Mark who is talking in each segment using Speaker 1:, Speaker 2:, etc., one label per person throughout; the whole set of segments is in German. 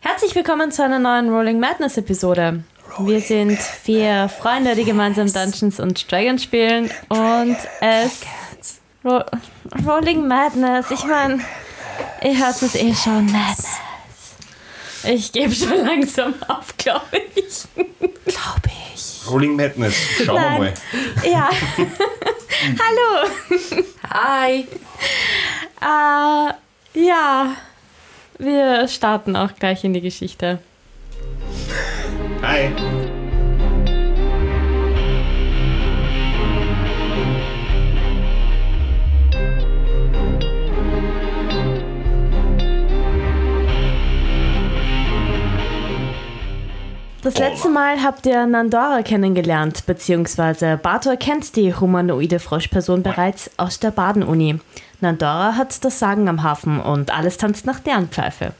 Speaker 1: Herzlich willkommen zu einer neuen Rolling Madness Episode. Wir sind vier Freunde, die gemeinsam Dungeons und Dragons spielen und es Ro Rolling Madness. Ich meine, ihr hört es eh schon. Madness. Ich gebe schon langsam auf, glaube ich. Glaube ich.
Speaker 2: Rolling Madness. Schauen
Speaker 1: Nein.
Speaker 2: wir mal.
Speaker 1: Ja. Hallo.
Speaker 3: Hi.
Speaker 1: Äh, ja. Wir starten auch gleich in die Geschichte.
Speaker 2: Hi.
Speaker 1: Das letzte Mal habt ihr Nandora kennengelernt, beziehungsweise Bator kennt die humanoide Froschperson bereits aus der Baden-Uni. Nandora hat das Sagen am Hafen und alles tanzt nach deren Pfeife.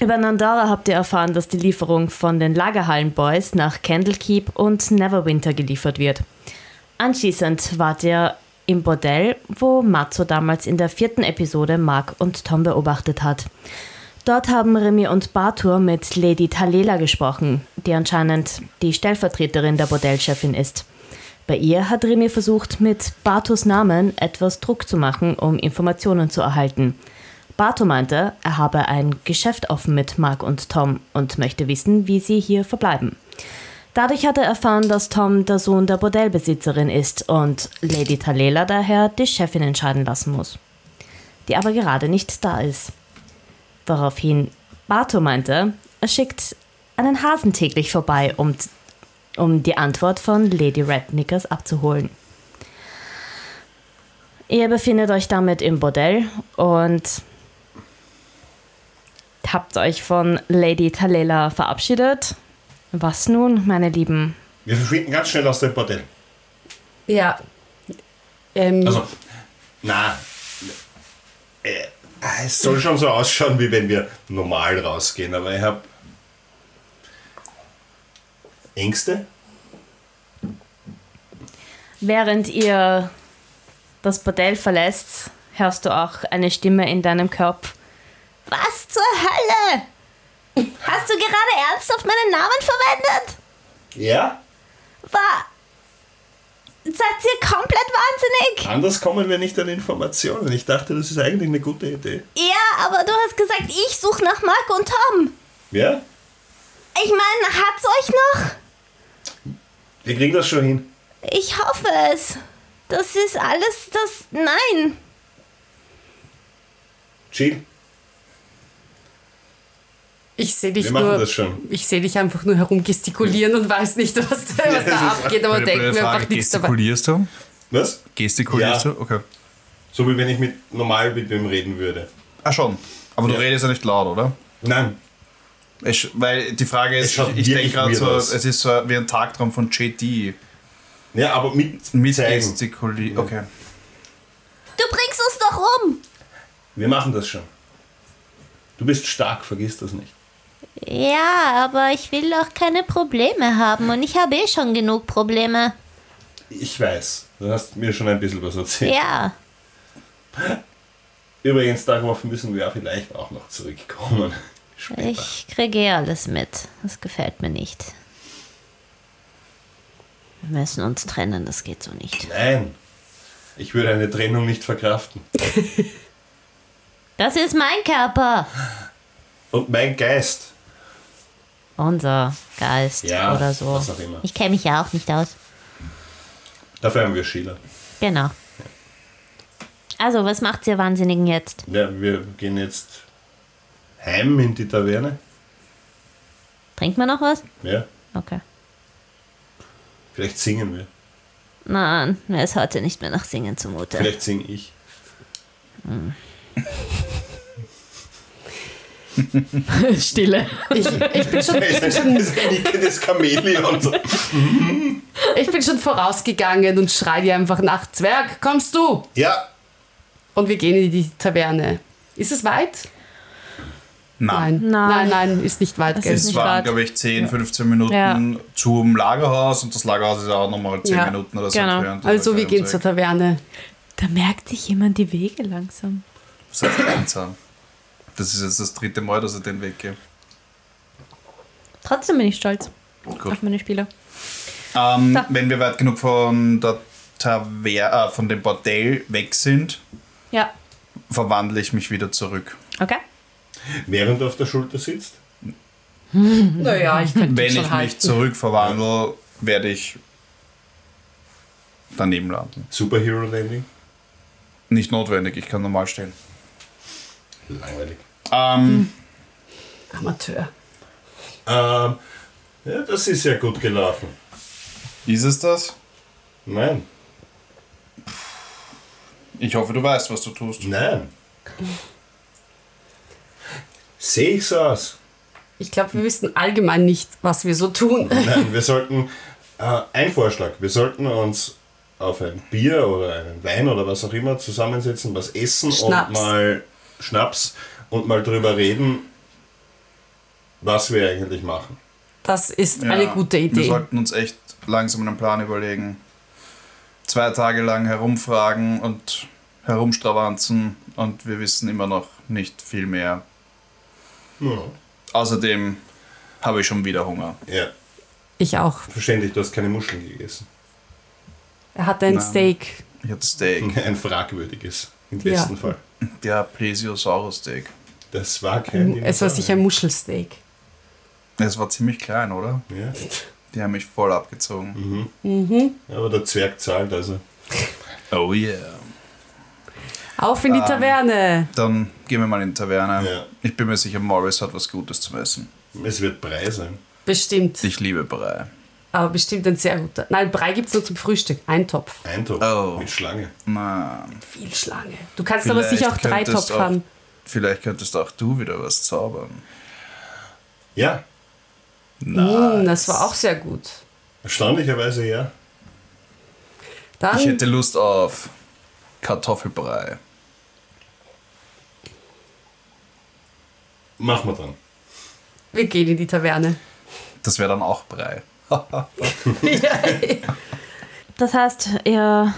Speaker 1: Über Nandora habt ihr erfahren, dass die Lieferung von den Lagerhallen-Boys nach Candlekeep und Neverwinter geliefert wird. Anschließend wart ihr im Bordell, wo Matzo damals in der vierten Episode Mark und Tom beobachtet hat. Dort haben Remy und Bartur mit Lady Talela gesprochen, die anscheinend die Stellvertreterin der Bordellchefin ist. Bei ihr hat Remy versucht, mit Barturs Namen etwas Druck zu machen, um Informationen zu erhalten. Bartur meinte, er habe ein Geschäft offen mit Mark und Tom und möchte wissen, wie sie hier verbleiben. Dadurch hat er erfahren, dass Tom der Sohn der Bordellbesitzerin ist und Lady Talela daher die Chefin entscheiden lassen muss, die aber gerade nicht da ist. Woraufhin Bato meinte, er schickt einen Hasen täglich vorbei, um, um die Antwort von Lady Rednickers abzuholen. Ihr befindet euch damit im Bordell und habt euch von Lady Talela verabschiedet. Was nun, meine Lieben?
Speaker 2: Wir verschwinden ganz schnell aus dem Bordell.
Speaker 3: Ja. Ähm,
Speaker 2: Also, na, äh, es soll schon so ausschauen, wie wenn wir normal rausgehen, aber ich habe Ängste.
Speaker 1: Während ihr das Bordell verlässt, hörst du auch eine Stimme in deinem Kopf. Was zur Hölle? Hast du gerade ernsthaft meinen Namen verwendet?
Speaker 2: Ja,
Speaker 1: War. Seid ihr komplett wahnsinnig?
Speaker 2: anders kommen wir nicht an Informationen. Ich dachte, das ist eigentlich eine gute Idee.
Speaker 1: Ja, aber du hast gesagt, ich suche nach Mark und Tom.
Speaker 2: Ja,
Speaker 1: Ich meine, hat's euch noch?
Speaker 2: wir kriegen das schon hin.
Speaker 1: Ich hoffe es. Das ist alles das. Nein.
Speaker 2: Chill,
Speaker 3: ich sehe dich
Speaker 2: wir machen
Speaker 3: nur.
Speaker 2: das schon.
Speaker 3: Ich sehe dich einfach nur herumgestikulieren und weiß nicht, was da, was
Speaker 2: das
Speaker 3: da
Speaker 2: ist-
Speaker 3: abgeht, aber
Speaker 4: Blöde, blöde
Speaker 3: denke mir
Speaker 4: Frage.
Speaker 3: einfach nichts dabei.
Speaker 4: Gestikulierst du?
Speaker 2: Was?
Speaker 4: Gestikulierst
Speaker 2: Ja.
Speaker 4: du? Okay.
Speaker 2: So wie wenn ich mit normal mit wem reden würde.
Speaker 4: Ah schon. Aber
Speaker 2: Ja.
Speaker 4: du redest ja nicht laut, oder?
Speaker 2: Nein,
Speaker 4: Es, weil die Frage
Speaker 2: Es
Speaker 4: ist,
Speaker 2: schaut
Speaker 4: ich denke
Speaker 2: wirklich
Speaker 4: gerade so,
Speaker 2: weird aus.
Speaker 4: es ist so wie ein Tagtraum von JD.
Speaker 2: ja, aber mit,
Speaker 4: Mit
Speaker 2: zeigen.
Speaker 4: Gestikulieren. Okay.
Speaker 1: Du bringst uns doch um.
Speaker 2: Wir machen das schon. Du bist stark, vergiss das nicht.
Speaker 5: Ja, aber ich will doch keine Probleme haben und ich habe eh schon genug Probleme.
Speaker 2: Ich weiß. Du hast mir schon ein bisschen was erzählt.
Speaker 5: Ja.
Speaker 2: Übrigens, darauf müssen wir vielleicht auch noch zurückkommen. Später.
Speaker 5: Ich kriege eh alles mit. Das gefällt mir nicht. Wir müssen uns trennen, das geht so nicht.
Speaker 2: Nein. Ich würde eine Trennung nicht verkraften.
Speaker 5: Das ist mein Körper.
Speaker 2: Und mein Geist.
Speaker 5: Unser Geist
Speaker 2: Ja,
Speaker 5: oder so.
Speaker 2: was auch immer.
Speaker 5: Ich kenne mich ja auch nicht aus.
Speaker 2: Dafür haben wir Schiller.
Speaker 5: Genau. Also, was macht's ihr Wahnsinnigen jetzt?
Speaker 2: Ja, wir gehen jetzt heim in die Taverne.
Speaker 5: Trinkt man noch was?
Speaker 2: Ja,
Speaker 5: Okay.
Speaker 2: vielleicht singen wir.
Speaker 5: Nein, mir ist heute nicht mehr nach Singen zumute.
Speaker 2: Vielleicht singe ich.
Speaker 1: Stille.
Speaker 3: Ich, ich, bin schon,
Speaker 2: Das nickendes Chamäleon. So.
Speaker 3: ich bin schon vorausgegangen und schrei dir einfach nach Zwerg, kommst du?
Speaker 2: Ja,
Speaker 3: Und wir gehen in die Taverne. Ist es weit?
Speaker 4: Nein.
Speaker 3: Nein, nein, ist nicht weit, gell?
Speaker 1: ist
Speaker 4: Es
Speaker 1: nicht
Speaker 4: waren,
Speaker 1: wahr.
Speaker 4: glaube ich, 10, 15 Minuten
Speaker 1: Ja.
Speaker 4: zum Lagerhaus und das Lagerhaus ist auch nochmal 10
Speaker 3: Ja.
Speaker 4: Minuten oder so.
Speaker 1: Genau.
Speaker 4: entfernt.
Speaker 3: Also wir gehen zur
Speaker 4: Das
Speaker 3: Taverne.
Speaker 1: Da merkt sich jemand die Wege langsam.
Speaker 4: ist einsam. Das ist jetzt das dritte Mal, dass ich den Weg gehe.
Speaker 6: Trotzdem bin ich stolz auf meine Spieler.
Speaker 4: Ähm,
Speaker 6: So.
Speaker 4: Wenn wir weit genug von der Taver äh, von dem Bordell weg sind,
Speaker 6: Ja.
Speaker 4: verwandle ich mich wieder zurück.
Speaker 6: Okay.
Speaker 2: Während du auf der Schulter sitzt?
Speaker 3: Naja, ich könnte
Speaker 4: Wenn
Speaker 3: schon
Speaker 4: ich mich
Speaker 3: halten.
Speaker 4: zurück verwandle, werde ich daneben landen.
Speaker 2: Superhero Landing?
Speaker 4: Nicht notwendig, ich kann normal stehen.
Speaker 2: Langweilig.
Speaker 3: Hm.
Speaker 4: Ähm,
Speaker 3: Amateur.
Speaker 2: Ähm, ja, das ist ja gut gelaufen.
Speaker 4: Ist es das?
Speaker 2: Nein,
Speaker 4: Ich hoffe, du weißt, was du tust.
Speaker 2: nein. Sehe ich's aus?
Speaker 3: Ich glaube, wir wissen allgemein nicht, was wir so tun.
Speaker 2: Nein, wir sollten. Äh, ein Vorschlag: Wir sollten uns auf ein Bier oder einen Wein oder was auch immer zusammensetzen, was essen
Speaker 3: Schnaps.
Speaker 2: und mal Schnaps und mal drüber reden, was wir eigentlich machen.
Speaker 3: Das ist
Speaker 4: Ja,
Speaker 3: eine gute
Speaker 4: Wir
Speaker 3: Idee.
Speaker 4: sollten uns echt langsam einen Plan überlegen. Zwei Tage lang herumfragen und herumstravanzen und wir wissen immer noch nicht viel mehr.
Speaker 2: Ja.
Speaker 4: Außerdem habe ich schon wieder Hunger.
Speaker 2: ja.
Speaker 3: Ich auch.
Speaker 2: Verständlich, du hast keine Muscheln gegessen.
Speaker 3: Er hatte ein
Speaker 4: Nein.
Speaker 3: Steak.
Speaker 4: Ich hatte Steak.
Speaker 2: Ein fragwürdiges, im
Speaker 3: Ja.
Speaker 2: besten Fall.
Speaker 4: Der Plesiosaurus Steak.
Speaker 2: Das war kein
Speaker 3: Es war
Speaker 2: Dinosaurier.
Speaker 3: sicher ein Muschelsteak.
Speaker 4: Es war ziemlich klein, oder?
Speaker 2: Ja.
Speaker 4: Die haben mich voll abgezogen.
Speaker 2: Aber der Zwerg zahlt also.
Speaker 4: Oh yeah.
Speaker 3: Auf in die Taverne!
Speaker 4: Dann gehen wir mal in die Taverne.
Speaker 2: Ja.
Speaker 4: Ich bin mir sicher, Morris hat was Gutes zum Essen.
Speaker 2: Es wird Brei sein.
Speaker 3: Bestimmt.
Speaker 4: Ich liebe Brei.
Speaker 3: Aber bestimmt ein sehr guter. Nein, Brei gibt es nur zum Frühstück. Eintopf.
Speaker 2: Eintopf
Speaker 4: Oh.
Speaker 2: mit Schlange.
Speaker 4: Na,
Speaker 3: Viel Schlange. Du kannst aber
Speaker 4: Vielleicht
Speaker 3: sicher auch drei
Speaker 4: könntest
Speaker 3: Topf
Speaker 4: auch-
Speaker 3: haben.
Speaker 4: vielleicht könntest auch du wieder was zaubern.
Speaker 2: Ja,
Speaker 3: Mm, das war auch sehr gut.
Speaker 2: erstaunlicherweise ja.
Speaker 3: Dann
Speaker 4: Ich hätte Lust auf Kartoffelbrei.
Speaker 2: Machen wir dann.
Speaker 3: wir gehen in die Taverne.
Speaker 4: Das wäre dann auch Brei.
Speaker 1: Das heißt, ihr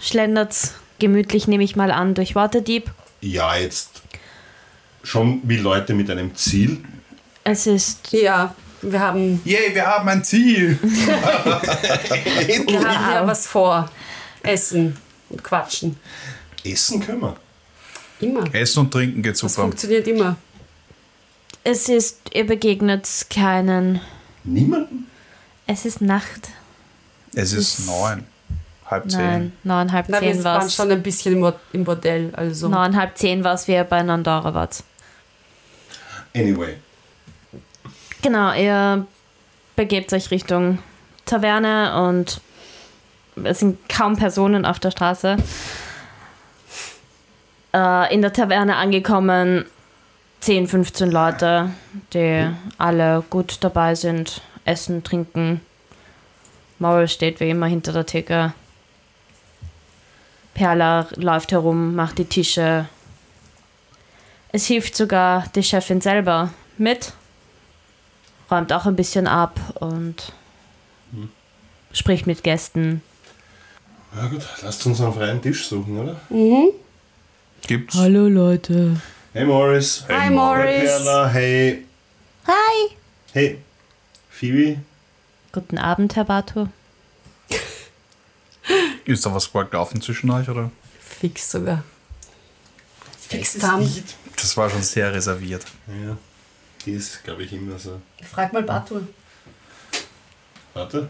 Speaker 1: schlendert gemütlich, nehme ich mal an, durch Waterdeep.
Speaker 2: Ja, jetzt schon wie Leute mit einem Ziel.
Speaker 1: Es ist
Speaker 3: Ja, wir haben,
Speaker 4: Yay, wir haben ein Ziel!
Speaker 3: wir haben ja was vor. Essen und quatschen.
Speaker 2: Essen können wir.
Speaker 3: Immer.
Speaker 4: Essen und Trinken geht
Speaker 3: Das
Speaker 4: super.
Speaker 3: funktioniert immer.
Speaker 1: Es ist, ihr begegnet keinen.
Speaker 2: Niemanden?
Speaker 1: Es ist Nacht.
Speaker 4: Es ist neun. Halb
Speaker 1: Nein,
Speaker 4: zehn.
Speaker 1: neun, halb
Speaker 3: Na, wir
Speaker 1: zehn
Speaker 3: waren
Speaker 1: war's.
Speaker 3: schon ein bisschen im, Bord- im Bordell. Also.
Speaker 1: Neun, halb zehn war's, wie ihr bei Nandora wart.
Speaker 2: Anyway.
Speaker 1: Genau, ihr begebt euch Richtung Taverne und es sind kaum Personen auf der Straße. Äh, in der Taverne angekommen 10, 15 Leute, die alle gut dabei sind, essen, trinken. Maul steht wie immer hinter der Theke. Perla läuft herum, macht die Tische. Es hilft sogar die Chefin selber mit räumt auch ein bisschen ab und
Speaker 4: Hm.
Speaker 1: spricht mit Gästen.
Speaker 2: Na gut, lasst uns einen freien Tisch suchen, oder?
Speaker 4: Gibt's?
Speaker 6: Hallo Leute.
Speaker 2: Hey Morris.
Speaker 3: Hi, Morris.
Speaker 2: Perla. Hey.
Speaker 5: Hi.
Speaker 2: Hey. Phoebe.
Speaker 1: Guten Abend, Herr Bartu.
Speaker 4: Ist da was verrückt laufen zwischen euch, oder?
Speaker 3: Fix sogar. Fix Tam.
Speaker 4: Das war schon sehr reserviert.
Speaker 2: Ja. Die ist, glaube ich, immer so.
Speaker 3: Frag mal Bartur.
Speaker 2: Warte,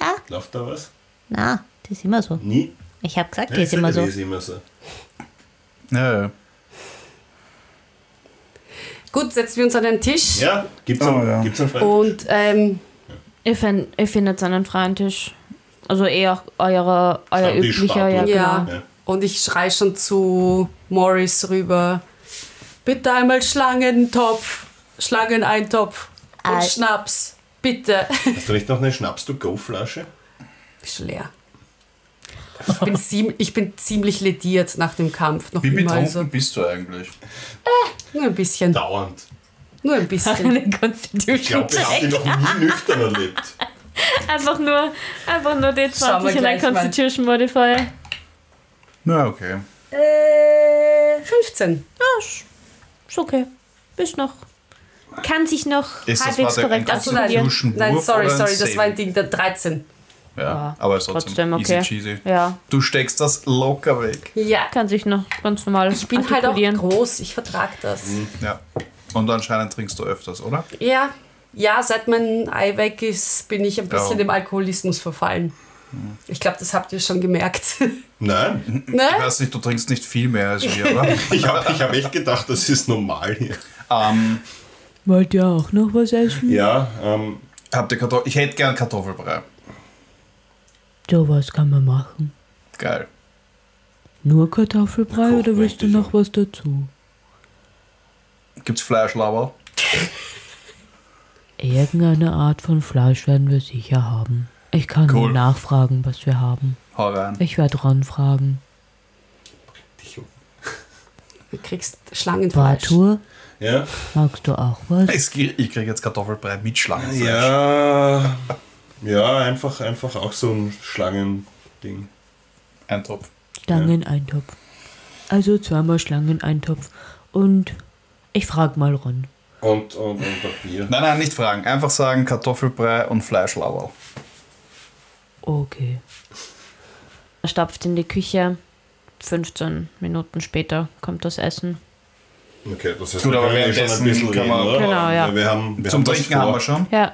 Speaker 5: Ja,
Speaker 2: läuft da was?
Speaker 5: na, die ist immer so.
Speaker 2: Nie.
Speaker 5: Ich hab gesagt,
Speaker 2: Ja,
Speaker 5: die ist
Speaker 2: ich
Speaker 5: immer
Speaker 2: sag ja,
Speaker 5: so.
Speaker 2: Die ist immer so.
Speaker 4: Ja, ja.
Speaker 3: Gut, setzen wir uns an den Tisch.
Speaker 2: Ja, gibt's
Speaker 4: Oh,
Speaker 2: einen,
Speaker 4: ja.
Speaker 2: gibt's einen freien
Speaker 3: Und ähm,
Speaker 1: Ihr, fin- ihr findet seinen freien Tisch. Also eh auch eure, euer
Speaker 2: Stammtisch,
Speaker 1: üblicher, ja,
Speaker 3: ja,
Speaker 2: Bartu.
Speaker 1: genau.
Speaker 2: Ja.
Speaker 3: und ich schrei schon zu Morris rüber. Bitte einmal Schlangentopf, Schlangeneintopf und
Speaker 5: Ei.
Speaker 3: Schnaps. Bitte.
Speaker 2: Hast du nicht noch eine Schnaps-to-go-Flasche?
Speaker 3: Ist leer. Ich bin, ziem- ich bin ziemlich lediert nach dem Kampf. Noch
Speaker 4: Wie
Speaker 3: immer
Speaker 4: betrunken
Speaker 3: also.
Speaker 4: bist du eigentlich?
Speaker 3: Nur ein bisschen.
Speaker 2: Dauernd.
Speaker 3: Nur
Speaker 1: genau.
Speaker 3: ein bisschen.
Speaker 2: Ich glaube, ich habe die noch nie nüchtern erlebt.
Speaker 1: Einfach nur, einfach nur die
Speaker 3: Schauen
Speaker 1: 20
Speaker 3: wir
Speaker 1: in ein
Speaker 3: gleich mal.
Speaker 1: Constitution Modifier.
Speaker 4: Na, okay.
Speaker 3: Äh, 15.
Speaker 1: Ja, ist, ist okay. Ist noch, kann sich noch
Speaker 4: Ist
Speaker 3: Halt
Speaker 4: das
Speaker 1: halbwegs
Speaker 4: warte, ein
Speaker 1: korrekt
Speaker 4: Konzept?
Speaker 3: Achso, nein.
Speaker 1: artikulieren.
Speaker 4: Constitution
Speaker 3: Nein,
Speaker 4: Wurf
Speaker 3: sorry,
Speaker 4: oder ein
Speaker 3: sorry, das
Speaker 4: Saving?
Speaker 3: war Ah, ein Ding der 13.
Speaker 4: Ja, aber ist trotzdem,
Speaker 6: Trotzdem okay.
Speaker 4: easy cheesy.
Speaker 6: Ja,
Speaker 4: Du steckst das locker weg.
Speaker 3: Ja.
Speaker 6: kann sich noch ganz normal
Speaker 3: Ich bin halt auch
Speaker 6: artikulieren.
Speaker 3: groß, ich vertrag das.
Speaker 4: Ja. Und anscheinend trinkst du öfters, oder?
Speaker 3: Ja. Ja, seit mein Ei weg ist, bin ich ein bisschen
Speaker 4: Ja. Hm.
Speaker 3: dem Alkoholismus verfallen. Ich glaube, das habt ihr schon gemerkt.
Speaker 2: Nein,
Speaker 3: ne?
Speaker 4: Ich weiß nicht, du trinkst nicht viel mehr als wir, oder?
Speaker 2: ich habe ich hab echt gedacht, das ist normal hier.
Speaker 4: ähm,
Speaker 6: Wollt ihr auch noch was essen?
Speaker 2: Ja, ähm,
Speaker 4: habt ihr Kartoffel? Ich hätte gern Kartoffelbrei.
Speaker 6: So was kann man machen.
Speaker 4: Geil.
Speaker 6: Nur Kartoffelbrei
Speaker 2: Koch oder willst du möchte ich noch
Speaker 6: was dazu?
Speaker 4: Gibt's Fleischlaber?
Speaker 6: Irgendeine Art von Fleisch werden wir sicher haben. Ich kann
Speaker 4: Cool. nur
Speaker 6: nachfragen, was wir haben.
Speaker 4: Hau rein.
Speaker 6: Ich werde ranfragen.
Speaker 3: Du kriegst Schlangenfleisch.
Speaker 6: Bartur,
Speaker 2: ja.
Speaker 6: magst du auch was?
Speaker 4: Es geht- Ich krieg jetzt Kartoffelbrei mit Schlangenfleisch.
Speaker 2: Ja, ja einfach, einfach auch so ein Schlangending.
Speaker 4: Ein Topf.
Speaker 6: Schlangeneintopf. Also zweimal Schlangeneintopf. Und ich frage mal Ron.
Speaker 2: Und, und, und Papier.
Speaker 4: Nein, nein, nicht fragen. Einfach sagen Kartoffelbrei und Fleischlaberl.
Speaker 6: Okay.
Speaker 1: Er stapft in die Küche. 15 Minuten später kommt das Essen.
Speaker 2: Okay, das heißt,
Speaker 4: Gut,
Speaker 2: wir
Speaker 4: aber
Speaker 2: können eh schon ein
Speaker 4: währenddessen
Speaker 2: bisschen
Speaker 4: kann
Speaker 2: reden,
Speaker 4: man-
Speaker 2: oder?
Speaker 1: Genau, ja.
Speaker 2: Weil Wir haben, wir
Speaker 4: Zum
Speaker 2: haben was
Speaker 4: Trinken
Speaker 2: vor.
Speaker 4: haben wir schon.
Speaker 1: Ja.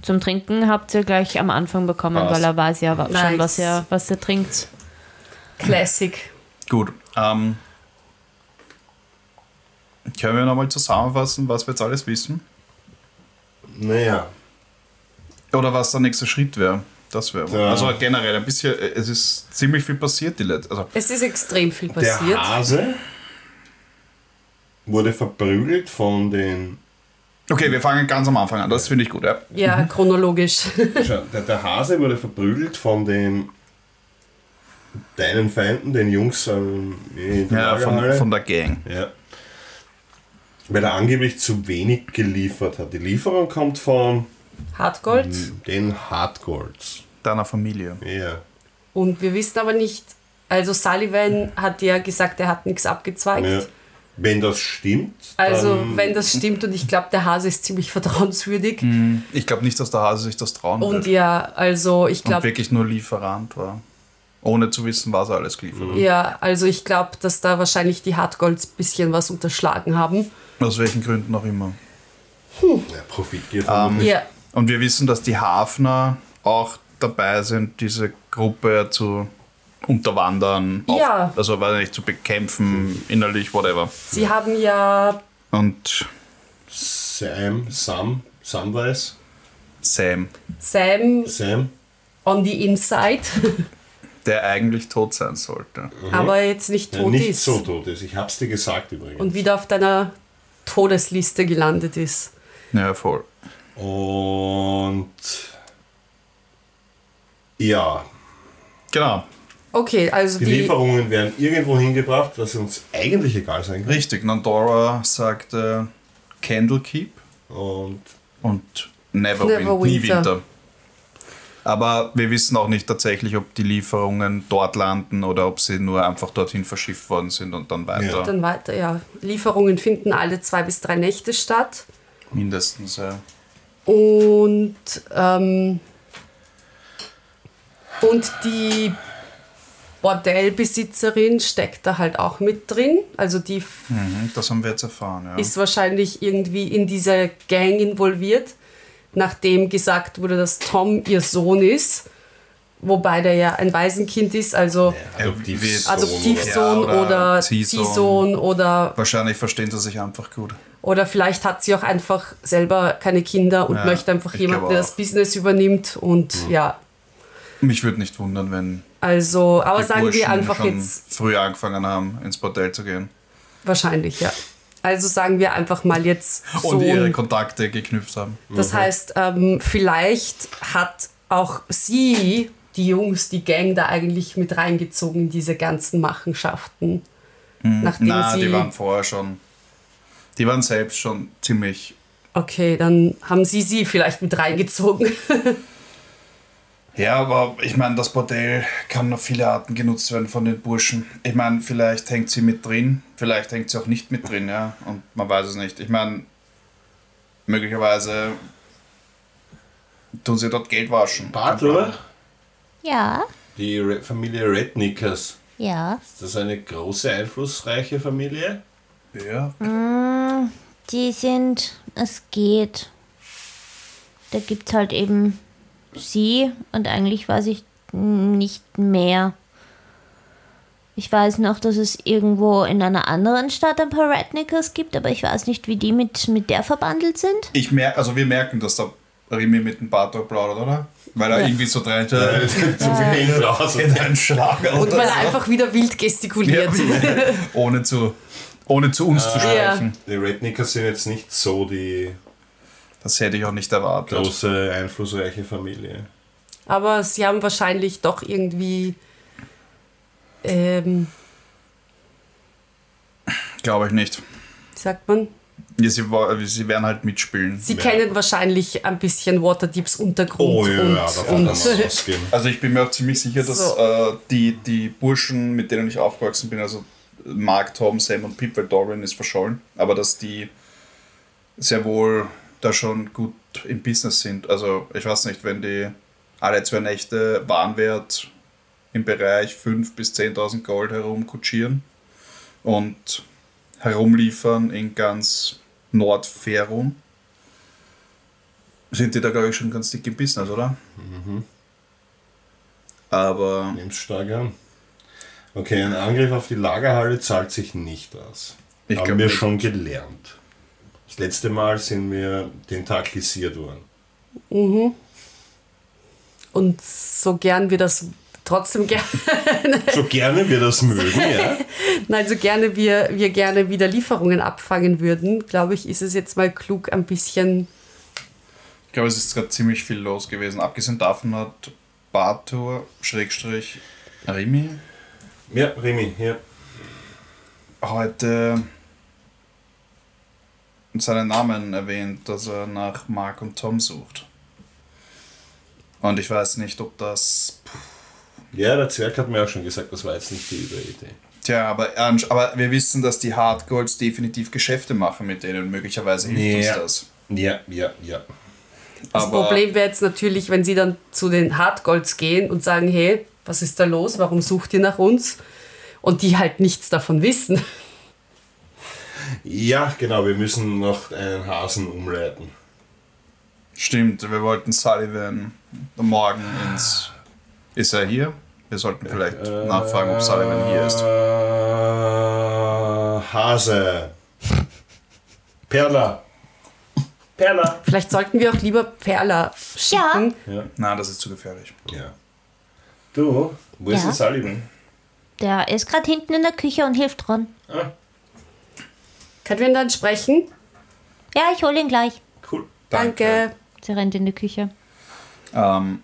Speaker 1: Zum Trinken habt ihr gleich am Anfang bekommen,
Speaker 4: Passt.
Speaker 1: weil er weiß ja wa- schon,
Speaker 3: Nice.
Speaker 1: was ihr, was ihr trinkt.
Speaker 3: Classic.
Speaker 4: Gut. Ähm, können wir nochmal zusammenfassen, was wir jetzt alles wissen?
Speaker 2: Naja,
Speaker 4: Oder was der nächste Schritt wäre. Das wäre.
Speaker 2: Ja.
Speaker 4: Also generell ein bisschen, äh, es ist ziemlich viel passiert, die letzte. Also,
Speaker 3: Es ist extrem viel passiert.
Speaker 2: der Hase wurde verprügelt von den
Speaker 4: okay, wir fangen ganz am Anfang an. Das finde ich gut, ja.
Speaker 3: Ja, chronologisch.
Speaker 2: Schau, der, der Hase wurde verprügelt von den deinen Feinden, den Jungs ähm, in der
Speaker 4: ja von,
Speaker 2: Lagerhalle.
Speaker 4: von der Gang.
Speaker 2: ja. Weil er angeblich zu wenig geliefert hat. Die Lieferung kommt von
Speaker 3: Hartgold.
Speaker 4: Mhm.
Speaker 2: den Hardgolds.
Speaker 4: Deiner Familie.
Speaker 2: Ja.
Speaker 3: Und wir wissen aber nicht, also Sullivan hat ja gesagt, er hat nichts abgezweigt.
Speaker 2: ja. Wenn das stimmt,
Speaker 3: Also
Speaker 4: Ähm.
Speaker 2: dann
Speaker 3: wenn das stimmt und ich glaube, der Hase ist ziemlich vertrauenswürdig.
Speaker 4: Ich glaube nicht, dass der Hase sich das trauen
Speaker 3: Und
Speaker 4: wird.
Speaker 3: ja, also ich
Speaker 4: und
Speaker 3: glaube,
Speaker 4: wirklich nur Lieferant war. Ohne zu wissen, was er alles geliefert hat.
Speaker 3: ja, also ich glaube, dass da wahrscheinlich die Hartgolds ein bisschen was unterschlagen haben.
Speaker 4: Aus welchen Gründen auch immer.
Speaker 2: ja, profitiert um,
Speaker 3: Ja,
Speaker 4: Und wir wissen, dass die Hafner auch dabei sind, diese Gruppe zu unterwandern,
Speaker 3: Ja.
Speaker 4: auf, also weiß nicht, zu bekämpfen, innerlich, whatever.
Speaker 3: sie haben ja
Speaker 4: Und
Speaker 2: Sam, Sam, Samwise,
Speaker 4: Sam,
Speaker 3: Sam
Speaker 2: Sam.
Speaker 3: on the inside,
Speaker 2: Mhm.
Speaker 4: der eigentlich tot sein sollte.
Speaker 3: aber jetzt nicht
Speaker 2: Der
Speaker 3: tot
Speaker 2: nicht
Speaker 3: ist
Speaker 2: so tot ist. Ich hab's dir gesagt übrigens.
Speaker 3: und wieder auf deiner Todesliste gelandet ist.
Speaker 4: Ja, voll.
Speaker 2: Und ja,
Speaker 4: Genau,
Speaker 3: Okay, also
Speaker 2: die,
Speaker 3: die,
Speaker 2: Lieferungen werden irgendwo hingebracht, was uns eigentlich egal sein kann.
Speaker 4: richtig. Nandora sagte Candle Keep
Speaker 2: Und
Speaker 4: und Never,
Speaker 3: Never
Speaker 4: win, nie
Speaker 3: Winter.
Speaker 4: Winter. Aber wir wissen auch nicht tatsächlich, ob die Lieferungen dort landen oder ob sie nur einfach dorthin verschifft worden sind und dann weiter.
Speaker 3: dann weiter, ja. Lieferungen finden alle zwei bis drei Nächte statt.
Speaker 4: Mindestens, ja.
Speaker 3: Und, ähm, und die Bordellbesitzerin steckt da halt auch mit drin. Also die f-
Speaker 4: Mhm, das haben wir jetzt erfahren, ja.
Speaker 3: ist wahrscheinlich irgendwie in dieser Gang involviert, nachdem gesagt wurde, dass Tom ihr Sohn ist. Wobei der ja ein Waisenkind ist, also
Speaker 2: Adoptivsohn.
Speaker 4: Adoptivsohn.
Speaker 3: Adoptivsohn
Speaker 4: oder-
Speaker 3: oder,
Speaker 4: oder Ziehsohn.
Speaker 3: Ziehsohn oder,
Speaker 4: Wahrscheinlich verstehen sie sich einfach gut.
Speaker 3: oder vielleicht hat sie auch einfach selber keine Kinder und
Speaker 4: Ja,
Speaker 3: möchte einfach
Speaker 4: ich
Speaker 3: jemanden,
Speaker 4: glaube
Speaker 3: der das
Speaker 4: auch. Hm.
Speaker 3: Business übernimmt und ja,
Speaker 4: Mich würde nicht wundern, wenn
Speaker 3: Also, aber
Speaker 4: die
Speaker 3: sagen
Speaker 4: Burschen
Speaker 3: wir einfach
Speaker 4: schon
Speaker 3: jetzt,
Speaker 4: früh angefangen haben, ins Bordell zu gehen.
Speaker 3: wahrscheinlich, ja. Also sagen wir einfach mal jetzt so.
Speaker 4: Und ihre Kontakte geknüpft haben.
Speaker 3: Das heißt, ähm, vielleicht hat auch sie, die Jungs, die Gang da eigentlich mit reingezogen in diese ganzen Machenschaften. Nachdem
Speaker 4: Na,
Speaker 3: sie.
Speaker 4: die waren vorher schon. Die waren selbst schon ziemlich.
Speaker 3: okay, dann haben sie sie vielleicht mit reingezogen.
Speaker 4: Ja, aber ich meine, das Bordell kann auf viele Arten genutzt werden von den Burschen. Ich meine, vielleicht hängt sie mit drin, vielleicht hängt sie auch nicht mit drin, ja. Und man weiß es nicht. Ich meine, Möglicherweise tun sie dort Geld waschen.
Speaker 2: Bart, oder?
Speaker 5: Ja,
Speaker 2: Die Re Familie Rednickers.
Speaker 5: ja.
Speaker 2: Ist das eine große, einflussreiche Familie?
Speaker 4: Ja.
Speaker 5: Die sind, es geht. Da gibt's halt eben sie und eigentlich weiß ich nicht mehr. Ich weiß noch, dass es irgendwo in einer anderen Stadt ein paar Rednickers gibt, aber ich weiß nicht, wie die mit, mit der verbandelt sind.
Speaker 4: Ich merke, also wir merken, dass der Rimi mit dem Bartok plaudert, oder? Weil er irgendwie so dreht äh,
Speaker 2: Zu viel raus.
Speaker 4: in einen Schlag
Speaker 3: Und weil er einfach wieder wild gestikuliert.
Speaker 4: ohne zu ohne zu uns zu sprechen.
Speaker 2: Die Rednickers sind jetzt nicht so die
Speaker 4: Das hätte ich auch nicht erwartet.
Speaker 2: große, einflussreiche Familie.
Speaker 3: Aber sie haben wahrscheinlich doch irgendwie. Ähm,
Speaker 4: Glaube ich nicht.
Speaker 3: wie sagt man?
Speaker 4: Ja, sie, wa- sie werden halt mitspielen.
Speaker 3: Sie
Speaker 2: Ja.
Speaker 3: kennen wahrscheinlich ein bisschen Waterdeeps Untergrund.
Speaker 2: Oh ja,
Speaker 3: und,
Speaker 2: ja davon
Speaker 3: und,
Speaker 2: kann man ausgehen.
Speaker 4: Also ich bin mir auch ziemlich sicher, dass
Speaker 3: So.
Speaker 4: äh, die, die Burschen, mit denen ich aufgewachsen bin, also Mark, Tom, Sam und Pip, weil Dorian ist verschollen, aber dass die sehr wohl da schon gut im Business sind. Also ich weiß nicht, wenn die alle zwei Nächte Warenwert im Bereich 5.000 bis 10.000 Gold herumkutschieren und herumliefern in ganz Nordferum, sind die da, glaube ich, schon ganz dick im Business, oder?
Speaker 2: Mhm.
Speaker 4: Aber
Speaker 2: Nimm's stark an. Okay, ein Angriff auf die Lagerhalle zahlt sich nicht aus.
Speaker 4: Ich
Speaker 2: Haben
Speaker 4: glaub
Speaker 2: wir
Speaker 4: nicht.
Speaker 2: schon gelernt. Das letzte Mal sind wir tentaklisiert worden.
Speaker 3: und so gern wir das trotzdem gerne,
Speaker 2: So gerne wir das mögen, ja.
Speaker 3: nein, so Also gerne wir, wir gerne wieder Lieferungen abfangen würden, glaube ich, ist es jetzt mal klug, ein bisschen
Speaker 4: ich glaube, es ist gerade ziemlich viel los gewesen. Abgesehen davon hat Bartur, Schrägstrich, Rimi
Speaker 2: Ja, Remy, ja.
Speaker 4: heute seinen Namen erwähnt, dass er nach Mark und Tom sucht. Und ich weiß nicht, ob das.
Speaker 2: Ja, der Zwerg hat mir auch schon gesagt, das war jetzt nicht die üble Idee.
Speaker 4: Tja, aber, ansch- aber wir wissen, dass die Hardgolds definitiv Geschäfte machen mit denen. Möglicherweise hilft
Speaker 2: Ja.
Speaker 4: uns
Speaker 2: Ja, ja, ja.
Speaker 4: das.
Speaker 3: Das Problem wäre jetzt natürlich, wenn sie dann zu den Hardgolds gehen und sagen, hey, was ist da los? Warum sucht ihr nach uns? Und die halt nichts davon wissen.
Speaker 2: Ja, genau, wir müssen noch einen Hasen umleiten.
Speaker 4: Stimmt, wir wollten Sullivan morgen ins. Ist er hier? Wir sollten vielleicht nachfragen, ob Sullivan hier ist.
Speaker 2: Äh, Hase. Perla. Perla.
Speaker 3: Vielleicht sollten wir auch lieber Perla schicken.
Speaker 4: Na, das ist zu gefährlich.
Speaker 2: Ja. Du, wo ist
Speaker 5: Ja.
Speaker 2: denn Sullivan?
Speaker 5: Der ist gerade hinten in der Küche und hilft Ron.
Speaker 2: Ah,
Speaker 3: Können wir ihn dann sprechen?
Speaker 5: Ja, ich hole ihn gleich.
Speaker 2: cool.
Speaker 3: Danke.
Speaker 5: Sie rennt in die Küche.
Speaker 4: Ähm,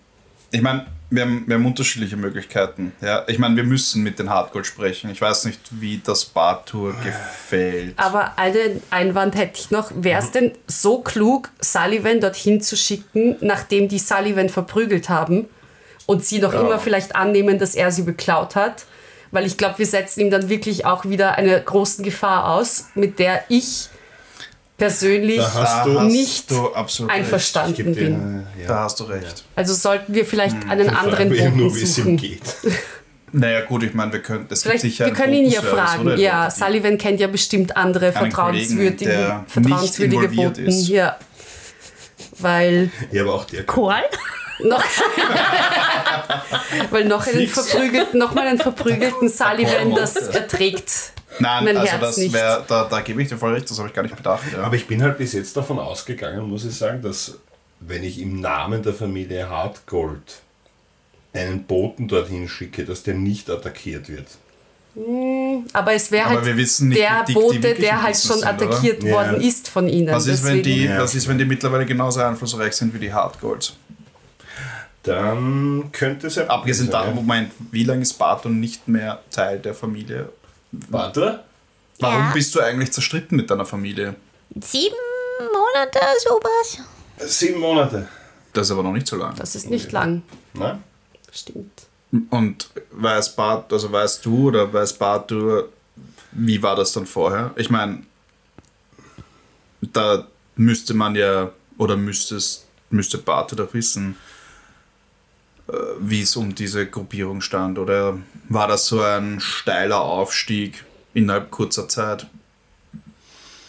Speaker 4: ich meine, wir haben, wir haben unterschiedliche Möglichkeiten. Ja? Ich meine, wir müssen mit den Hardcore sprechen. Ich weiß nicht, wie das Bartour gefällt.
Speaker 3: Aber einen Einwand hätte ich noch. Wäre
Speaker 2: Mhm.
Speaker 3: es denn so klug, Sullivan dorthin zu schicken, nachdem die Sullivan verprügelt haben und sie noch immer vielleicht annehmen, dass er sie beklaut hat? Weil ich glaube, wir setzen ihm dann wirklich auch wieder einer großen Gefahr aus, mit der ich persönlich
Speaker 2: Da hast du-
Speaker 3: nicht
Speaker 4: du absolut
Speaker 2: Ich
Speaker 3: einverstanden
Speaker 2: geb dir, Hm,
Speaker 3: bin.
Speaker 2: äh,
Speaker 4: recht.
Speaker 2: ja.
Speaker 4: Da hast du recht.
Speaker 3: Also sollten wir vielleicht einen
Speaker 2: Ich frag
Speaker 3: anderen
Speaker 2: mich eben
Speaker 3: Boten
Speaker 2: nur, wie es ihm
Speaker 3: suchen.
Speaker 2: geht.
Speaker 4: Naja, gut, ich meine, wir können das
Speaker 3: Vielleicht, wir können ihn ja fragen. Ja, Sullivan kennt ja bestimmt andere
Speaker 4: Einen Kollegen,
Speaker 3: vertrauenswürdige,
Speaker 4: der nicht
Speaker 3: vertrauenswürdige
Speaker 4: involviert
Speaker 3: Boten.
Speaker 4: ist.
Speaker 3: Ja. Weil
Speaker 2: Ja, aber auch der
Speaker 1: Kohl?
Speaker 3: noch, weil noch einen verprügelten, noch mal einen verprügelten Sullivan, das erträgt
Speaker 4: Nein,
Speaker 3: mein
Speaker 4: also
Speaker 3: Herz
Speaker 4: das
Speaker 3: nicht.
Speaker 4: wäre, da, da gebe ich dir voll recht, das habe ich gar nicht bedacht. Ja.
Speaker 2: Aber ich bin halt bis jetzt davon ausgegangen, muss ich sagen, dass wenn ich im Namen der Familie Hartgold einen Boten dorthin schicke, dass der nicht attackiert wird.
Speaker 3: Aber es wäre
Speaker 4: Aber
Speaker 3: halt
Speaker 4: wir wissen nicht,
Speaker 3: der
Speaker 4: wie dick die
Speaker 3: Bote,
Speaker 4: wirklichen
Speaker 3: der halt
Speaker 4: Bissen
Speaker 3: schon
Speaker 4: sind, oder?
Speaker 3: attackiert
Speaker 2: Ja.
Speaker 3: worden ist von ihnen.
Speaker 4: Was ist, wenn die,
Speaker 3: Deswegen-
Speaker 2: Ja.
Speaker 4: was ist, wenn die mittlerweile genauso einflussreich sind wie die Hardgolds?
Speaker 2: Dann könnte es ja.
Speaker 4: Abgesehen
Speaker 2: sein,
Speaker 4: davon,
Speaker 2: ja.
Speaker 4: Moment, wie lange ist Barton nicht mehr Teil der Familie?
Speaker 2: Warte.
Speaker 4: Warum
Speaker 5: Ja.
Speaker 4: bist du eigentlich zerstritten mit deiner Familie?
Speaker 5: Sieben Monate, sowas.
Speaker 2: Sieben Monate. ne?
Speaker 4: Das ist aber noch nicht so lang.
Speaker 3: Das ist nicht lang.
Speaker 2: Nein?
Speaker 3: Stimmt.
Speaker 4: Und weiß Bart, also weißt du oder weiß Bart du, wie war das dann vorher? Ich meine, da müsste man ja, oder müsstest, müsste Bart doch wissen, äh, wie es um diese Gruppierung stand. Oder war das so ein steiler Aufstieg innerhalb kurzer Zeit?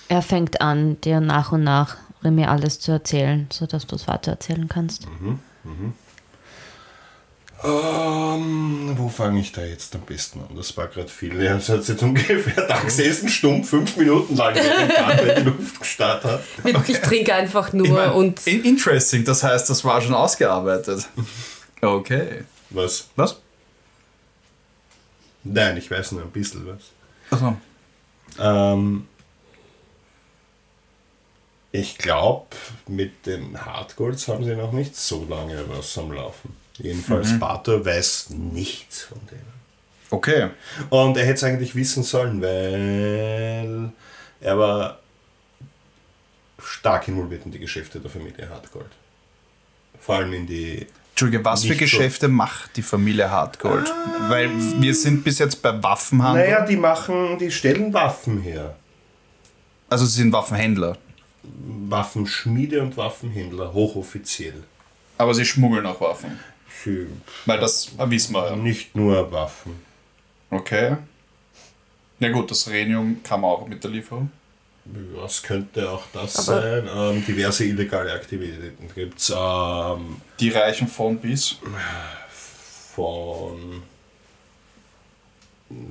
Speaker 5: Er fängt an, dir nach und nach Remy alles zu erzählen, sodass du es weiter erzählen kannst.
Speaker 2: Ähm, wo fange ich da jetzt am besten an? Das war gerade viel. Ja, das hat jetzt ungefähr da gesessen, stumm, fünf Minuten lang, während Daniel die Luft gestarrt hat.
Speaker 3: Ich trinke einfach nur
Speaker 4: Ich mein,
Speaker 3: und
Speaker 4: in- interesting, das heißt, das war schon ausgearbeitet. Okay.
Speaker 2: Was?
Speaker 4: Was?
Speaker 2: Nein, ich weiß nur ein bisschen was.
Speaker 4: Achso.
Speaker 2: Ähm, ich glaube, mit den Hardgolds haben sie noch nicht so lange was am Laufen. Jedenfalls, Bator weiß nichts von denen.
Speaker 4: Okay.
Speaker 2: Und er hätte es eigentlich wissen sollen, weil er war stark involviert in die Geschäfte der Familie Hartgold. Vor allem in die.
Speaker 4: Entschuldige, was für
Speaker 2: Nicht so.
Speaker 4: Geschäfte macht die Familie Hartgold?
Speaker 3: Ah.
Speaker 4: Weil wir sind bis jetzt bei Waffenhandel.
Speaker 2: Naja, die machen, die stellen Waffen her.
Speaker 4: Also sie sind Waffenhändler.
Speaker 2: Waffenschmiede und Waffenhändler, hochoffiziell.
Speaker 4: Aber sie schmuggeln auch Waffen.
Speaker 2: Sie-
Speaker 4: Weil das ah, wissen wir ja.
Speaker 2: Nicht nur Waffen.
Speaker 4: Okay. Ja gut, das Rhenium kam auch mit der Lieferung.
Speaker 2: Was könnte auch das
Speaker 3: Aber-
Speaker 2: sein? Ähm, diverse illegale Aktivitäten gibt es ähm,
Speaker 4: Die reichen von bis.
Speaker 2: von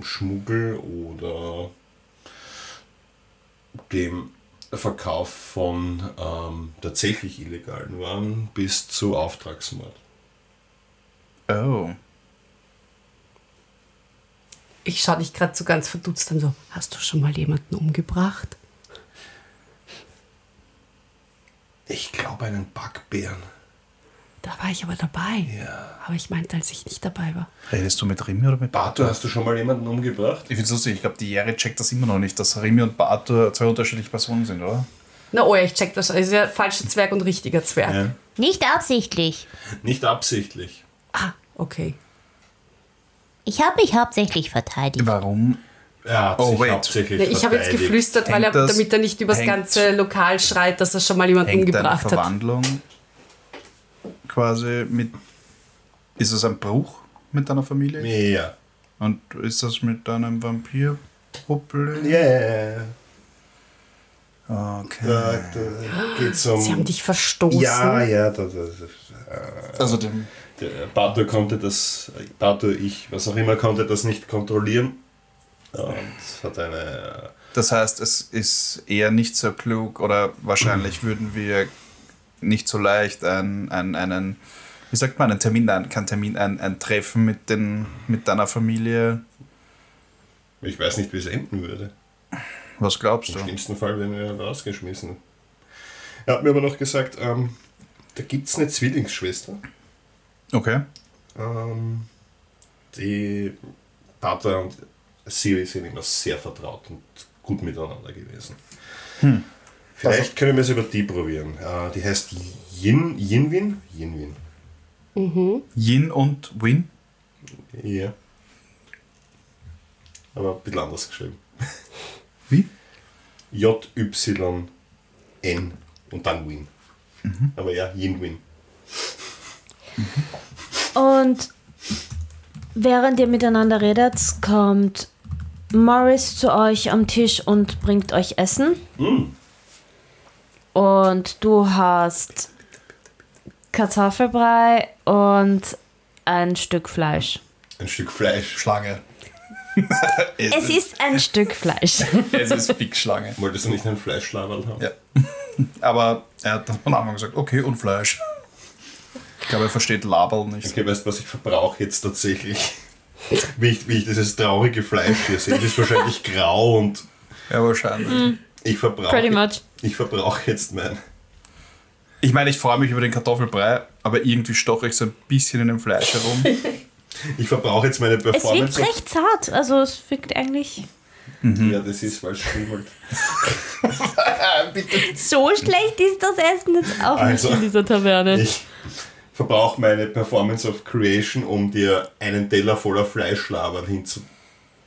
Speaker 2: Schmuggel oder dem Verkauf von ähm, tatsächlich illegalen Waren bis zu Auftragsmord.
Speaker 4: Oh.
Speaker 3: ich schaue dich gerade so ganz verdutzt an, so, hast du schon mal jemanden umgebracht?
Speaker 2: Ich glaube einen Backbären.
Speaker 3: Da war ich aber dabei.
Speaker 2: Ja.
Speaker 3: Aber ich meinte, als ich nicht dabei war.
Speaker 4: Redest du mit Rimi oder mit
Speaker 2: Bato, hast du schon mal jemanden umgebracht?
Speaker 4: Ich find's lustig, ich glaube, die Jere checkt das immer noch nicht, dass Rimi und Bartur zwei unterschiedliche Personen sind, oder?
Speaker 3: Na oh ja, ich check das. Es ist ja falscher Zwerg und richtiger Zwerg.
Speaker 2: Ja.
Speaker 5: Nicht absichtlich.
Speaker 2: Nicht absichtlich.
Speaker 3: Ah, okay.
Speaker 5: Ich habe mich hauptsächlich verteidigt.
Speaker 4: Warum?
Speaker 2: Er hat
Speaker 4: Oh,
Speaker 2: sich
Speaker 4: wait.
Speaker 2: hauptsächlich
Speaker 3: Ja, ich habe jetzt
Speaker 2: verteidigt.
Speaker 3: geflüstert, weil er,
Speaker 4: Hängt das-
Speaker 3: damit er nicht übers
Speaker 4: hängt-
Speaker 3: ganze Lokal schreit, dass er schon mal jemanden
Speaker 4: Hängt deine
Speaker 3: umgebracht hat.
Speaker 4: Verwandlung quasi mit. Ist es ein Bruch mit deiner Familie?
Speaker 2: Ja.
Speaker 4: Und ist das mit deinem Vampirproblem? Ah,
Speaker 2: Yeah.
Speaker 4: Okay.
Speaker 2: Da, da geht's um.
Speaker 3: Sie haben dich verstoßen.
Speaker 2: ja, ja, da, da, da. äh,
Speaker 4: Also dem.
Speaker 2: Der Bato konnte das, Bato, ich, was auch immer, konnte das nicht kontrollieren. Und hat eine.
Speaker 4: Das heißt, es ist eher nicht so klug oder wahrscheinlich würden wir nicht so leicht einen, einen, einen wie sagt man, einen Termin, ein, kein Termin, ein, ein Treffen mit, den, mit deiner Familie.
Speaker 2: Ich weiß nicht, wie es enden würde.
Speaker 4: Was glaubst
Speaker 2: Im
Speaker 4: du?
Speaker 2: schlimmsten Fall werden wir rausgeschmissen. Er hat mir aber noch gesagt, ähm, da gibt es eine Zwillingsschwester,
Speaker 4: Okay.
Speaker 2: ähm, die Tata und Siri sind immer sehr vertraut und gut miteinander gewesen. Vielleicht können wir es über die probieren. Äh, die heißt Yin, Yinwin? Yinwin.
Speaker 4: Yin und Win?
Speaker 2: Ja. Aber ein bisschen anders geschrieben.
Speaker 4: Wie?
Speaker 2: J-Y-N und dann Win. Aber ja, Yin Win.
Speaker 1: Und während ihr miteinander redet, kommt Morris zu euch am Tisch und bringt euch Essen. Und du hast Kartoffelbrei und ein Stück Fleisch.
Speaker 2: Ein Stück Fleisch.
Speaker 4: Schlange.
Speaker 1: Es ist ein Stück Fleisch.
Speaker 4: es ist Big Schlange.
Speaker 2: Wolltest du nicht einen Fleischschlaberl haben?
Speaker 4: Ja. Aber er hat dann am Anfang gesagt, okay, und Fleisch. Ich glaube, er versteht Label nicht.
Speaker 2: Okay, weißt du, was ich verbrauche jetzt tatsächlich? Wie ich, wie ich dieses traurige Fleisch hier sehe. Es ist wahrscheinlich grau und
Speaker 4: Ja, wahrscheinlich.
Speaker 2: ich verbrauche.
Speaker 1: Pretty much.
Speaker 2: Ich verbrauche jetzt mein.
Speaker 4: Ich meine, ich freue mich über den Kartoffelbrei, aber irgendwie stoche ich so ein bisschen in dem Fleisch herum.
Speaker 2: Ich verbrauche jetzt meine
Speaker 1: Es wirkt
Speaker 2: Performance.
Speaker 1: recht zart. Also es wirkt eigentlich
Speaker 2: Ja, das ist, weil es schimmelt.
Speaker 1: so schlecht ist das Essen jetzt auch
Speaker 2: Also,
Speaker 1: nicht in dieser Taverne.
Speaker 2: Ich verbrauche meine Performance of Creation, um dir einen Teller voller Fleischlabern hinzu.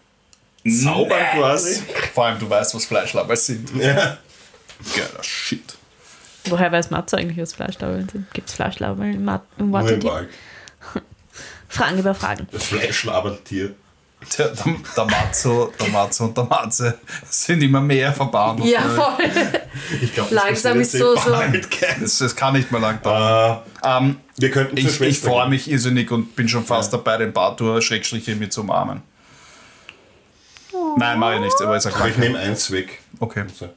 Speaker 2: Zaubern quasi.
Speaker 4: Vor allem, du weißt, was Fleischlaber sind.
Speaker 2: Ja.
Speaker 4: Geiler Shit.
Speaker 1: Woher weiß Matzo eigentlich, was Fleischlaubbeln sind? Gibt es Fleischlaubbeln im, Mat- im
Speaker 2: Nur im
Speaker 1: Waterdeep?
Speaker 2: Wald.
Speaker 1: Fragen über Fragen.
Speaker 2: Das Fleisch labert Tier.
Speaker 4: Der, der, der Matzo, der Matzo und der Matze sind immer mehr verbannt.
Speaker 3: Ja, voll.
Speaker 2: Ich glaube,
Speaker 3: Langsam ist
Speaker 2: eh
Speaker 3: so- so-
Speaker 4: Das, das kann nicht mehr lang dauern.
Speaker 2: Äh,
Speaker 4: Ähm,
Speaker 2: wir könnten zur
Speaker 4: ich ich
Speaker 2: Schwester
Speaker 4: freue
Speaker 2: gehen.
Speaker 4: mich irrsinnig und bin schon fast dabei, den Bartur Schrägstriche mit zu umarmen. Nein, mache ich nicht, aber ich sag
Speaker 2: Aber ich
Speaker 4: danke.
Speaker 2: nehme eins weg.
Speaker 4: Okay,
Speaker 2: So.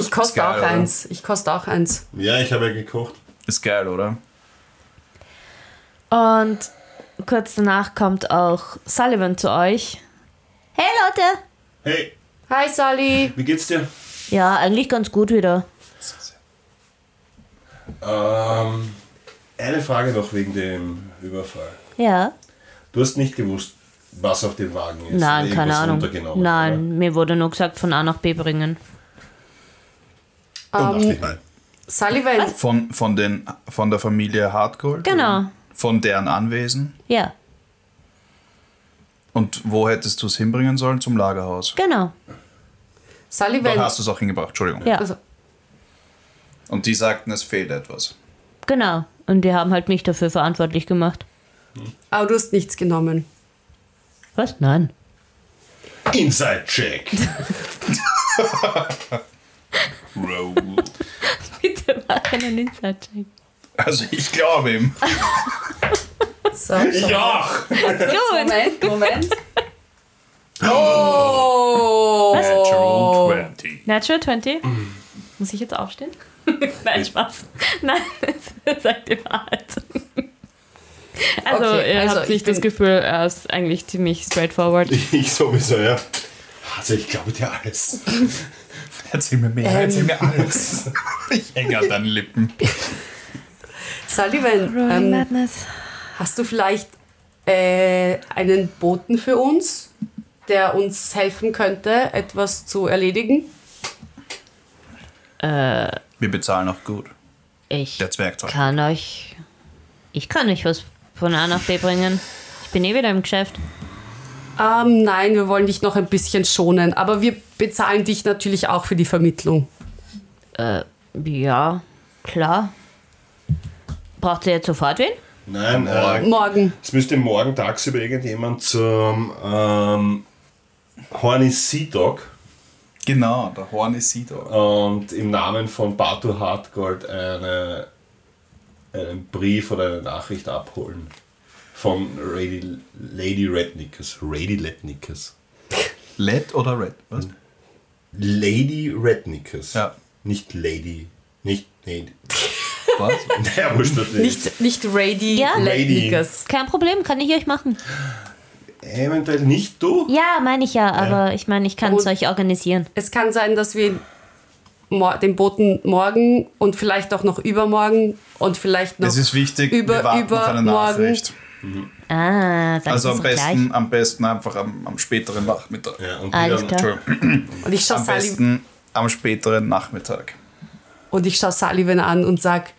Speaker 3: Ich koste
Speaker 4: geil,
Speaker 3: auch
Speaker 4: oder?
Speaker 3: eins. Ich koste auch eins.
Speaker 2: Ja, ich habe ja gekocht.
Speaker 4: ist geil, oder?
Speaker 1: Und kurz danach kommt auch Sullivan zu euch.
Speaker 5: Hey Leute!
Speaker 2: Hey,
Speaker 3: Hi, Sally.
Speaker 2: wie geht's dir?
Speaker 1: Ja, eigentlich ganz gut wieder.
Speaker 2: Ähm, eine Frage noch wegen dem Überfall.
Speaker 1: Ja.
Speaker 2: Du hast nicht gewusst, was auf dem Wagen ist.
Speaker 1: Nein,
Speaker 2: oder
Speaker 1: keine
Speaker 2: irgendwas
Speaker 1: Ahnung.
Speaker 2: runtergenommen,
Speaker 1: Nein, mir wurde nur gesagt, von A nach B bringen.
Speaker 2: Oder?
Speaker 3: Ähm,
Speaker 2: Um, mal.
Speaker 3: Sullivan,
Speaker 4: Von, von, den, von der Familie Hardcore?
Speaker 1: Genau.
Speaker 4: Von deren Anwesen?
Speaker 1: Ja,
Speaker 4: Und wo hättest du es hinbringen sollen? Zum Lagerhaus.
Speaker 1: genau.
Speaker 4: Da
Speaker 3: Sullivan.
Speaker 4: hast du es auch hingebracht, Entschuldigung.
Speaker 1: Ja,
Speaker 3: Also,
Speaker 4: Und die sagten, es fehlt etwas.
Speaker 1: genau. Und die haben halt mich dafür verantwortlich gemacht.
Speaker 3: aber du hast nichts genommen.
Speaker 1: Was? Nein.
Speaker 2: Inside Check.
Speaker 1: Bitte mach einen Inside-Check.
Speaker 4: Also ich glaube ihm.
Speaker 3: So, so.
Speaker 2: Ja.
Speaker 1: Gut.
Speaker 3: Moment, Moment. Oh!
Speaker 4: Natural 20.
Speaker 1: Natural 20?
Speaker 3: Mhm.
Speaker 1: Muss ich jetzt aufstehen? Nein, Spaß. Nein, sagt die Wahrheit. Also,
Speaker 3: Okay,
Speaker 1: ihr
Speaker 3: also
Speaker 1: habt
Speaker 3: ich
Speaker 1: nicht das
Speaker 3: bin-
Speaker 1: Gefühl, er ist eigentlich ziemlich straightforward.
Speaker 2: Ich sowieso, ja. Also ich glaube dir alles.
Speaker 4: Erzähl mir mehr,
Speaker 3: Ähm.
Speaker 4: erzähl mir alles. Ich hänge an deinen Lippen.
Speaker 3: Sullivan, ähm,
Speaker 1: Madness.
Speaker 3: hast du vielleicht äh, einen Boten für uns, der uns helfen könnte, etwas zu erledigen?
Speaker 4: Wir bezahlen auch gut.
Speaker 1: Ich
Speaker 4: Der Zwergteufel.
Speaker 1: kann euch. Ich kann euch was von A nach B bringen. Ich bin eh wieder im Geschäft.
Speaker 3: Ähm, nein, wir wollen dich noch ein bisschen schonen, aber wir bezahlen dich natürlich auch für die Vermittlung.
Speaker 1: Ja, klar. Braucht ihr jetzt sofort wen?
Speaker 2: Nein, äh,
Speaker 3: Morgen.
Speaker 2: es müsste morgen tagsüber irgendjemand zum ähm, Horny Sea Dog
Speaker 4: Genau, der Horn ist sie da.
Speaker 2: und im Namen von Bartu Hartgold eine, einen Brief oder eine Nachricht abholen. Von Lady, Lady Rednickers. Lady Rednickers.
Speaker 4: Led oder Red? Was?
Speaker 2: Lady Rednickers.
Speaker 4: Ja.
Speaker 2: Nicht Lady. Nicht. Nee.
Speaker 4: Was?
Speaker 2: Naja, wurscht das
Speaker 3: Nicht, nicht Rady
Speaker 1: Ja?
Speaker 3: Lednickers.
Speaker 1: Kein Problem, kann ich euch machen.
Speaker 2: Eventuell nicht du?
Speaker 1: Ja, meine ich ja, aber ich meine, ich kann es
Speaker 3: Und-
Speaker 1: euch organisieren.
Speaker 3: Es kann sein, dass wir mor- den Boten morgen und vielleicht auch noch übermorgen und vielleicht noch
Speaker 4: Es ist wichtig,
Speaker 3: über,
Speaker 4: wir warten auf eine
Speaker 3: übermorgen
Speaker 4: Nachricht.
Speaker 1: Ah, sag
Speaker 4: Also
Speaker 1: das
Speaker 4: am
Speaker 1: doch gleich.
Speaker 4: besten, am besten einfach am, am späteren Nachmittag.
Speaker 2: Ja, und
Speaker 1: Alles
Speaker 2: die dann-
Speaker 1: klar.
Speaker 4: Entschuldigung.
Speaker 3: Und ich schaue
Speaker 4: Am
Speaker 3: Sullivan,
Speaker 4: besten am späteren Nachmittag.
Speaker 3: und ich schau Sullivan an und sag,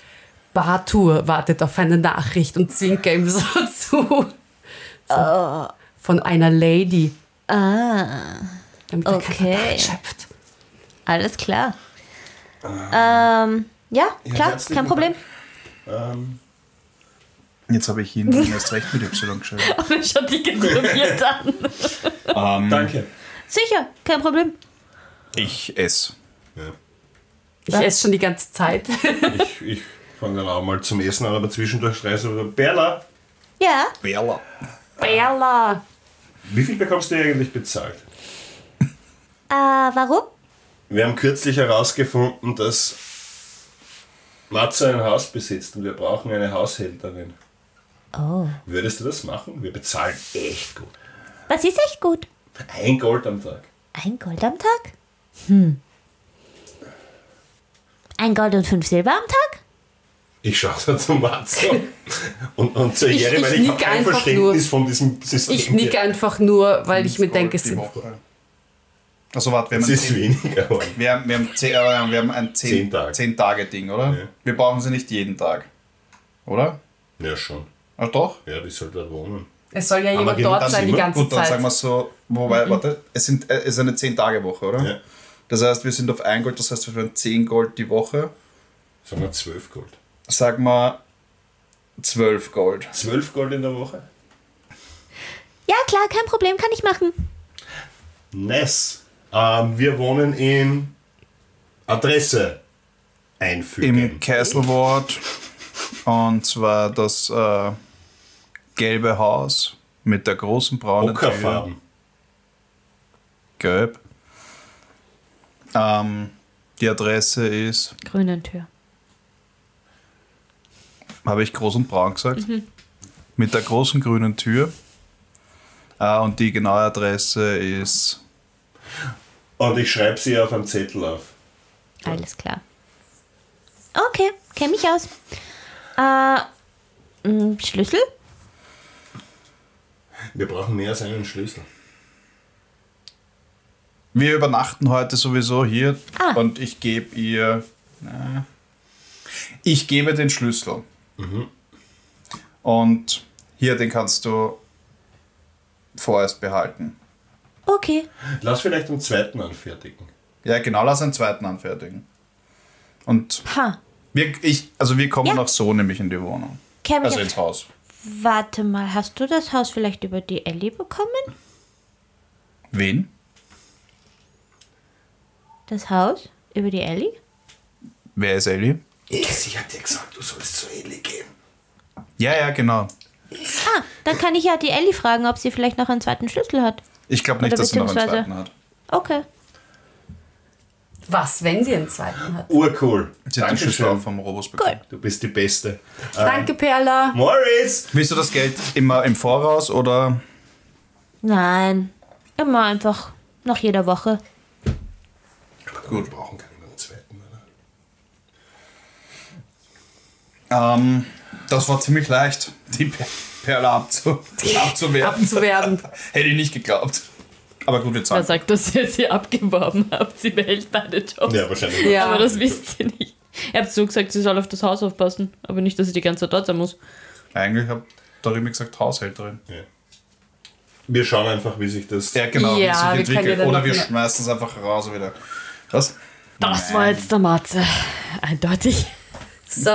Speaker 3: Bartur wartet auf eine Nachricht und zwinker ihm so zu. So. Von einer Lady. Ah. Damit er
Speaker 1: okay.
Speaker 3: keine Macht schöpft.
Speaker 1: Alles klar. Ähm, ja, klar,
Speaker 2: herzlichen
Speaker 1: kein Problem.
Speaker 2: Ähm,
Speaker 4: Jetzt habe ich ihn erst recht mit Y geschrieben.
Speaker 1: Und ich hab die kontrolliert an.
Speaker 2: danke.
Speaker 1: Sicher, kein Problem.
Speaker 4: Ich es.
Speaker 1: Mhm.
Speaker 2: Ja.
Speaker 3: Ich esse schon die ganze Zeit.
Speaker 2: Ich, ich fange dann auch mal zum Essen an, aber zwischendurch schreie ich so, Berla,
Speaker 1: Ja,
Speaker 4: Berla.
Speaker 3: Bella.
Speaker 2: wie viel bekommst du eigentlich bezahlt?
Speaker 5: Äh, warum?
Speaker 2: Wir haben kürzlich herausgefunden, dass Matze ein Haus besitzt und wir brauchen eine Haushälterin. Oh. Würdest du das machen? Wir bezahlen echt gut.
Speaker 5: Was ist echt gut?
Speaker 2: Ein Gold am Tag.
Speaker 5: Ein Gold am Tag? Hm. Ein Gold und fünf Silber am Tag?
Speaker 2: Ich schaue da zum Matze und, und zu
Speaker 3: Ich-
Speaker 2: Jerry,
Speaker 3: ich
Speaker 2: weil ich habe
Speaker 3: nick
Speaker 2: kein
Speaker 3: einfach
Speaker 2: Verständnis von diesem System.
Speaker 3: Ich nick
Speaker 2: hier.
Speaker 3: einfach nur, weil ich mir denke, es
Speaker 4: die
Speaker 3: sind
Speaker 4: Woche. Also warte, wir haben
Speaker 2: Es
Speaker 4: ein
Speaker 2: ist
Speaker 4: zehn,
Speaker 2: weniger. aber-
Speaker 4: wir haben, wir haben, zehn, äh, wir haben ein
Speaker 2: Zehn
Speaker 4: 10,
Speaker 2: Tage.
Speaker 4: Tage Ding, oder?
Speaker 2: Ja.
Speaker 4: Wir brauchen sie nicht jeden Tag. Oder?
Speaker 2: Ja, schon.
Speaker 4: Ach doch?
Speaker 2: Ja, die soll dort wohnen.
Speaker 3: Es soll ja jemand
Speaker 2: genau
Speaker 3: dort
Speaker 2: das
Speaker 3: sein die
Speaker 2: ist-
Speaker 3: ganze
Speaker 4: Gut, dann
Speaker 3: Zeit. Mhm.
Speaker 4: sagen wir es so, wobei, warte, es, sind, äh,
Speaker 2: Hm?
Speaker 4: es ist eine 10-Tage-Woche, oder?
Speaker 2: Ja.
Speaker 4: Das heißt, wir sind auf 1 Gold, das heißt, wir haben 10 Gold die Woche
Speaker 2: Sagen wir 12 Gold.
Speaker 4: Sag mal 12 Gold.
Speaker 2: 12 Gold in der Woche?
Speaker 5: Ja, klar, kein Problem, kann ich machen.
Speaker 2: Nice. Ähm, wir wohnen in Adresse
Speaker 4: Im
Speaker 2: einfügen.
Speaker 4: Castle Ward. Und zwar das äh, gelbe Haus mit der großen braunen Tür.
Speaker 2: Ockerfarben.
Speaker 4: Gelb. Ähm, die Adresse ist.
Speaker 1: Grünen Tür.
Speaker 4: habe ich groß und braun gesagt, mit der großen grünen Tür. Ah, und die genaue Adresse ist
Speaker 2: Und ich schreibe sie auf einen Zettel auf.
Speaker 5: Alles klar. Okay, kenne mich aus. Äh, m, Schlüssel?
Speaker 2: Wir brauchen mehr als einen Schlüssel.
Speaker 4: Wir übernachten heute sowieso hier
Speaker 5: Ah.
Speaker 4: und ich gebe ihr. na, ich gebe den Schlüssel.
Speaker 5: Mhm.
Speaker 4: Und hier, den kannst du vorerst behalten.
Speaker 5: Okay.
Speaker 2: Lass vielleicht den zweiten anfertigen.
Speaker 4: Ja, genau, lass einen zweiten anfertigen. Und
Speaker 5: Ha.
Speaker 4: wir, ich, also wir kommen
Speaker 5: Ja. Oh
Speaker 4: auch so nämlich in die Wohnung.
Speaker 5: Kenn mich
Speaker 4: Also
Speaker 5: aus.
Speaker 4: ins Haus.
Speaker 5: Warte mal, hast du das Haus vielleicht über die Ellie bekommen?
Speaker 4: Wen?
Speaker 5: Das Haus? Über die Ellie?
Speaker 4: Wer ist Ellie?
Speaker 2: Ich, sie hat dir gesagt, du sollst zu Eli gehen.
Speaker 4: Ja, ja, genau.
Speaker 5: Ah, dann kann ich ja die Ellie fragen, ob sie vielleicht noch einen zweiten Schlüssel hat.
Speaker 4: Ich glaube nicht,
Speaker 5: Oder
Speaker 4: dass sie noch einen
Speaker 5: beziehungsweise-
Speaker 4: zweiten hat.
Speaker 5: Okay.
Speaker 3: Was, wenn sie einen zweiten hat?
Speaker 2: Urcool.
Speaker 4: Sie hat den Schlüssel auch
Speaker 2: Dankeschön.
Speaker 4: vom Robus bekommen.
Speaker 2: Du bist die Beste.
Speaker 4: Ähm.
Speaker 3: Danke, Perla.
Speaker 2: Morris!
Speaker 4: Willst du das Geld immer im Voraus oder?
Speaker 5: Nein. Immer einfach nach jeder Woche.
Speaker 2: Gut, wir brauchen keinen mehr zweiten. Oder?
Speaker 4: Ähm, das war ziemlich leicht, die Per- Perle abzu abzuwehren.
Speaker 3: Abzuwerben.
Speaker 4: Hätte ich nicht geglaubt. Aber gut, wir
Speaker 6: Er
Speaker 4: zahlen.
Speaker 6: sagt, dass ihr sie abgeworben habt. Sie behält beide Jobs.
Speaker 2: Ja, wahrscheinlich.
Speaker 6: Aber
Speaker 3: Ja.
Speaker 6: das wisst ihr nicht. Ihr habt so gesagt, sie soll auf das Haus aufpassen. Aber nicht, dass sie die ganze Zeit dort sein muss.
Speaker 4: Eigentlich hat der Rimi gesagt Haushälterin.
Speaker 2: Ja. Wir schauen einfach, wie sich das.
Speaker 4: Ja, genau, wie
Speaker 3: Ja,
Speaker 4: es sich
Speaker 3: wir können ja
Speaker 4: entwickelt.
Speaker 3: dann
Speaker 4: Oder
Speaker 3: noch
Speaker 4: wir
Speaker 3: mehr-
Speaker 4: schmeißen es einfach raus wieder. Was?
Speaker 6: Das war jetzt der Matze. Eindeutig.
Speaker 3: So,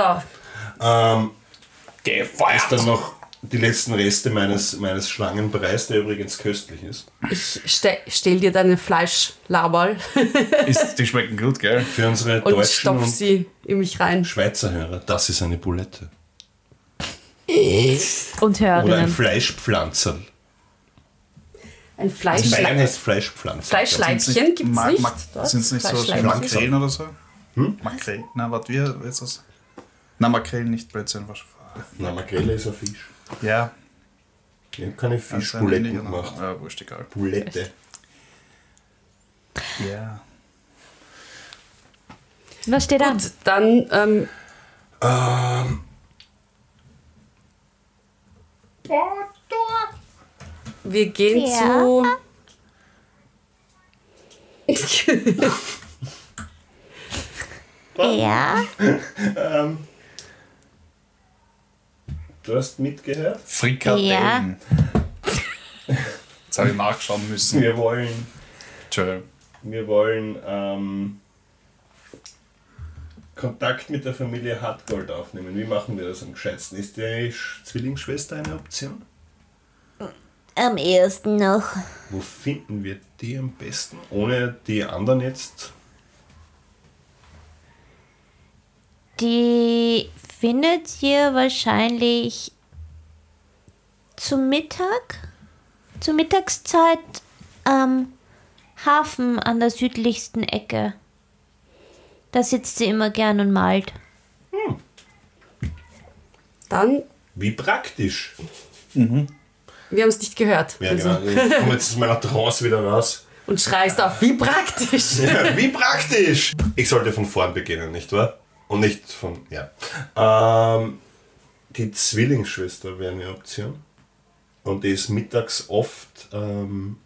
Speaker 2: Ähm, ist
Speaker 4: Gefeiert!
Speaker 2: dann noch die letzten Reste meines, meines Schlangenpreis, der übrigens köstlich ist.
Speaker 3: ich ste stell dir deine Fleischlaberl
Speaker 4: Ist, die schmecken gut, gell?
Speaker 2: Für unsere
Speaker 3: und
Speaker 2: deutschen
Speaker 3: stopf
Speaker 2: und
Speaker 3: sie in mich rein.
Speaker 2: Schweizer Hörer, das ist eine Bulette.
Speaker 4: Äh?
Speaker 1: Und
Speaker 2: Oder ein
Speaker 1: Hörerinnen.
Speaker 2: Fleischpflanzerl.
Speaker 3: Ein Fleisch
Speaker 2: Bayern heißt Fleischpflanzerl.
Speaker 3: Fleischleibchen gibt es nicht. dort.
Speaker 4: Sind es nicht so, so
Speaker 3: Fleischleibchen.
Speaker 4: Makrelen oder so? Hm? Makrelen? Na, warte, wie ist das? Na, Makrelen nicht Blödsinn. Was?
Speaker 2: Na, Makrele ist ein Fisch.
Speaker 4: Ja.
Speaker 2: Ich habe keine
Speaker 4: das ist ein
Speaker 2: Fischbuletten
Speaker 4: ähnlicher Name.
Speaker 2: gemacht.
Speaker 4: Ja, wurscht, egal.
Speaker 2: Bulette.
Speaker 4: Ja.
Speaker 1: Was steht an?
Speaker 3: Gut, dann ähm, wir gehen
Speaker 5: Ja.
Speaker 3: zu.
Speaker 5: Ja.
Speaker 2: Du hast mitgehört?
Speaker 4: Frikadellen. Jetzt habe ich nachschauen müssen.
Speaker 2: Wir wollen,
Speaker 4: Tschö.
Speaker 2: wir wollen ähm, Kontakt mit der Familie Hartgold aufnehmen. Wie machen wir das am gescheitsten? Ist die Sch- Zwillingsschwester eine Option?
Speaker 5: Am ehesten noch.
Speaker 2: Wo finden wir die am besten? Ohne die anderen jetzt.
Speaker 5: Die findet ihr wahrscheinlich zum Mittag, zur Mittagszeit am Hafen an der südlichsten Ecke. Da sitzt sie immer gern und malt.
Speaker 3: Dann,
Speaker 2: Wie praktisch.
Speaker 3: wir haben es nicht gehört.
Speaker 2: Ja,
Speaker 3: also.
Speaker 2: genau. Ich komme jetzt aus meiner Trance wieder raus.
Speaker 3: Und schreist auf, wie praktisch.
Speaker 2: Wie praktisch! Ich sollte von vorn beginnen, nicht wahr? Und nicht von. Ja. Ähm, die Zwillingsschwester wäre eine Option. Und die ist mittags oft ähm,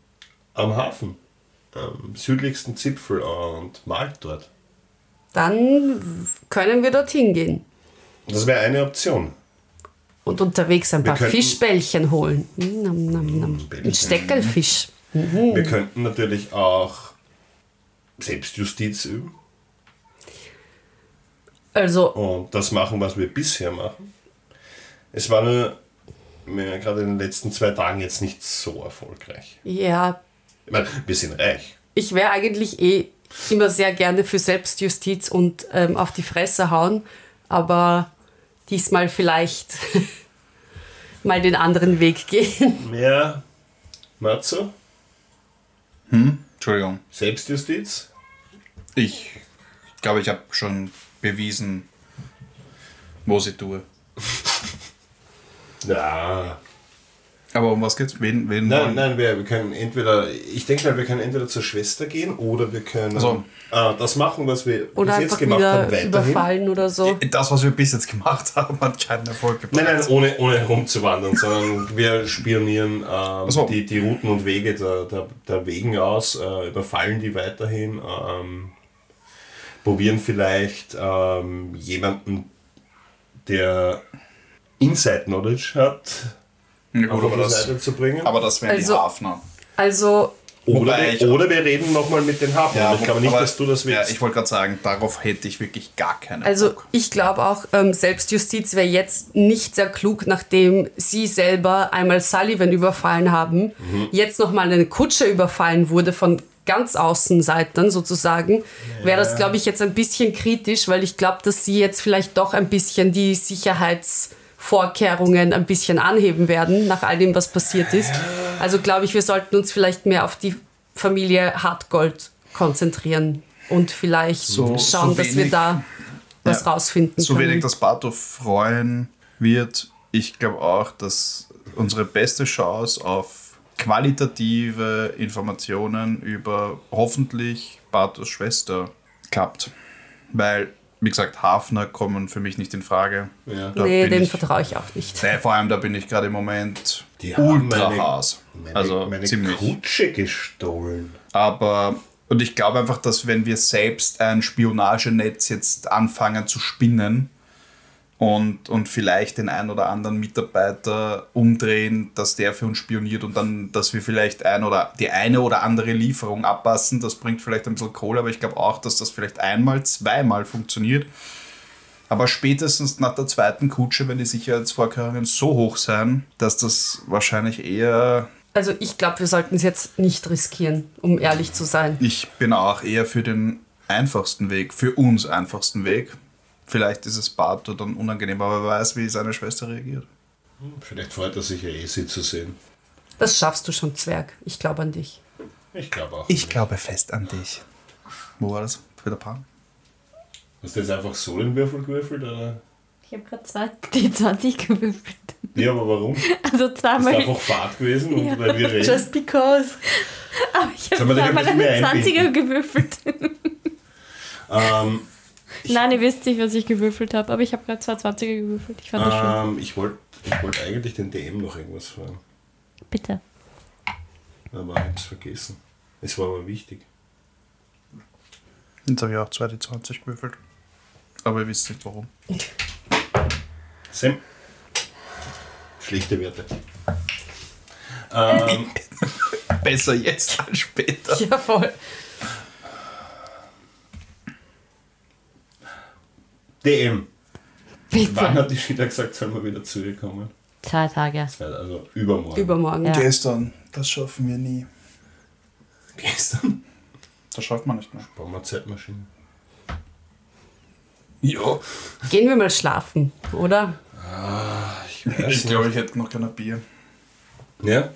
Speaker 2: am Hafen, am südlichsten Zipfel und malt dort.
Speaker 3: Dann können wir dorthin gehen
Speaker 2: Das wäre eine Option.
Speaker 3: und unterwegs ein
Speaker 2: Wir
Speaker 3: paar
Speaker 2: könnten- Hm,
Speaker 3: Fischbällchen holen. Hm, Nam, nam, nam.
Speaker 2: Bällchen.
Speaker 3: Ein Steckelfisch.
Speaker 2: Wir könnten natürlich auch Selbstjustiz üben.
Speaker 3: Also,
Speaker 2: und das machen, was wir bisher machen. Es war nur mir gerade in den letzten zwei Tagen jetzt nicht so erfolgreich.
Speaker 3: ja,
Speaker 2: Ich meine, wir sind reich.
Speaker 3: ich wäre eigentlich eh immer sehr gerne für Selbstjustiz und ähm, auf die Fresse hauen, aber diesmal vielleicht mal den anderen Weg gehen.
Speaker 2: Mehr Matzo,
Speaker 4: Entschuldigung.
Speaker 2: Selbstjustiz.
Speaker 4: Ich glaube, ich habe schon bewiesen, was ich tue.
Speaker 2: Ja.
Speaker 4: Aber um was geht's? Wen, wen
Speaker 2: Nein,
Speaker 4: wollen-
Speaker 2: nein, wir, wir können entweder, ich denke mal, wir können entweder zur Schwester gehen oder wir können
Speaker 4: So.
Speaker 2: äh, das machen, was wir
Speaker 3: Also- Oder
Speaker 2: bis jetzt
Speaker 3: einfach
Speaker 2: gemacht
Speaker 3: wieder
Speaker 2: haben, weiterhin.
Speaker 3: überfallen oder so.
Speaker 4: Das, was wir bis jetzt gemacht haben, hat keinen Erfolg gebracht.
Speaker 2: Nein, nein, ohne, ohne herumzuwandern, sondern wir spionieren ähm,
Speaker 4: so.
Speaker 2: die, die Routen und Wege der, der, der Wegen aus, äh, überfallen die weiterhin, ähm, probieren vielleicht ähm, jemanden, der Inside Knowledge hat,
Speaker 4: Ja, gut,
Speaker 2: auf
Speaker 4: aber,
Speaker 2: die
Speaker 4: das,
Speaker 2: Seite zu bringen.
Speaker 4: aber das wären
Speaker 3: Also-
Speaker 4: die Hafner.
Speaker 3: Also,
Speaker 2: oder,
Speaker 4: wobei
Speaker 2: wir,
Speaker 4: ich-
Speaker 2: oder wir reden nochmal mit den Hafen. ich glaube nicht,
Speaker 4: aber-
Speaker 2: dass du das willst.
Speaker 4: Ja, ich wollte gerade sagen, darauf hätte ich wirklich gar keine
Speaker 3: also
Speaker 4: Bock.
Speaker 3: ich glaube auch, ähm, Selbstjustiz wäre jetzt nicht sehr klug, nachdem sie selber einmal Sullivan überfallen haben,
Speaker 4: Mhm.
Speaker 3: jetzt nochmal eine Kutsche überfallen wurde von ganz Außenseitern sozusagen, wäre das, glaube ich, jetzt ein bisschen kritisch, weil ich glaube, dass sie jetzt vielleicht doch ein bisschen die Sicherheitsvorkehrungen ein bisschen anheben werden, nach all dem, was passiert ist. Also glaube ich, wir sollten uns vielleicht mehr auf die Familie Hartgold konzentrieren und vielleicht
Speaker 4: So-
Speaker 3: schauen,
Speaker 4: so
Speaker 3: dass wir
Speaker 4: wenig-
Speaker 3: da was
Speaker 4: Ja.
Speaker 3: rausfinden
Speaker 4: so
Speaker 3: können.
Speaker 4: wenig das Bato freuen wird, ich glaube auch, dass unsere beste Chance auf qualitative Informationen über hoffentlich Bartos Schwester klappt. Weil, wie gesagt, Hafner kommen für mich nicht in Frage.
Speaker 2: Ja.
Speaker 4: Da
Speaker 3: nee,
Speaker 4: bin
Speaker 3: dem
Speaker 4: ich-
Speaker 3: vertraue ich auch nicht.
Speaker 4: Nee, vor allem, da bin ich gerade im Moment
Speaker 2: Die haben
Speaker 4: ultra
Speaker 2: meine-
Speaker 4: Haas.
Speaker 2: meine,
Speaker 4: Also
Speaker 2: meine
Speaker 4: ziemlich.
Speaker 2: Kutsche gestohlen.
Speaker 4: Aber, und ich glaube einfach, dass wenn wir selbst ein Spionagenetz jetzt anfangen zu spinnen und, und vielleicht den einen oder anderen Mitarbeiter umdrehen, dass der für uns spioniert und dann, dass wir vielleicht ein oder die eine oder andere Lieferung abpassen, das bringt vielleicht ein bisschen Kohle, aber ich glaube auch, dass das vielleicht einmal, zweimal funktioniert. Aber spätestens nach der zweiten Kutsche, wenn die Sicherheitsvorkehrungen so hoch sein, dass das wahrscheinlich eher
Speaker 3: Also ich glaube, wir sollten es jetzt nicht riskieren, um ehrlich zu sein.
Speaker 4: Ich bin auch eher für den einfachsten Weg, für uns einfachsten Weg. Vielleicht ist es Barto dann unangenehm, aber wer weiß, wie seine Schwester reagiert.
Speaker 2: Vielleicht freut er sich ja eh, sie zu sehen.
Speaker 3: Das schaffst du schon, Zwerg. Ich glaube an dich.
Speaker 2: Ich glaube auch.
Speaker 4: Ich glaube fest an dich. Wo war das? Für der Paar?
Speaker 2: Hast du jetzt einfach so den Würfel gewürfelt? Oder?
Speaker 5: Ich habe gerade die 20 gewürfelt.
Speaker 2: Nee, aber warum? Ist
Speaker 5: Also zweimal.
Speaker 2: einfach Bart gewesen und weil wir reden.
Speaker 5: Just because. Aber ich
Speaker 2: Sollen
Speaker 5: habe
Speaker 2: wir dich ein
Speaker 5: zweimal
Speaker 2: bisschen
Speaker 5: eine
Speaker 2: mehr
Speaker 5: 20er gewürfelt.
Speaker 2: Ähm,
Speaker 5: Nein, ihr wisst nicht, was ich gewürfelt habe, aber ich habe gerade zwei 20er gewürfelt. Ich fand das schön.
Speaker 2: ähm, ich wollte ich wollt eigentlich den DM noch irgendwas fragen,
Speaker 5: Bitte.
Speaker 2: aber ich hab's vergessen. Es war aber wichtig.
Speaker 4: Jetzt habe ich auch 2D20 gewürfelt. Aber ihr wisst nicht warum.
Speaker 2: Sam. Schlechte Werte. Ähm,
Speaker 4: Besser jetzt als später.
Speaker 3: Ja, voll.
Speaker 2: DM. Wann
Speaker 5: Bitte.
Speaker 2: hat die Schieder gesagt, sollen wir wieder zu ihr kommen?
Speaker 5: Zwei Tage.
Speaker 2: Also übermorgen.
Speaker 3: Übermorgen.
Speaker 5: Ja.
Speaker 4: Gestern, das schaffen wir nie.
Speaker 2: Gestern.
Speaker 4: Das schafft man nicht mehr.
Speaker 2: Bauen wir eine Zeitmaschine.
Speaker 4: Ja.
Speaker 3: Gehen wir mal schlafen, oder?
Speaker 4: Ich glaube, ich hätte noch gerne Bier.
Speaker 2: Ja?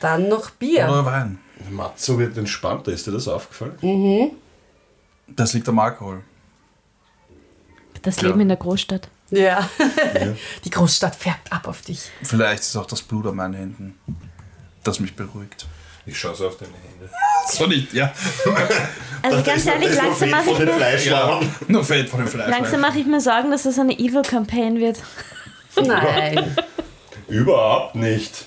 Speaker 3: Dann noch Bier.
Speaker 4: Oder Wein.
Speaker 2: Matzo wird entspannter, ist dir das aufgefallen?
Speaker 4: Das liegt am Alkohol.
Speaker 1: Das Leben in der Großstadt.
Speaker 3: Ja. Die Großstadt färbt ab auf dich.
Speaker 4: Vielleicht ist auch das Blut an meinen Händen, das mich beruhigt.
Speaker 2: Ich schaue so auf deine Hände.
Speaker 4: So nicht, ja.
Speaker 1: Also ganz ehrlich, langsam mache ich,
Speaker 2: Von den
Speaker 1: mir-
Speaker 2: Fleischlauern.
Speaker 4: Nur fällt von dem Fleisch.
Speaker 1: langsam mach ich mir Sorgen, dass das eine Evil-Campaign wird.
Speaker 3: Nein.
Speaker 2: Überhaupt nicht.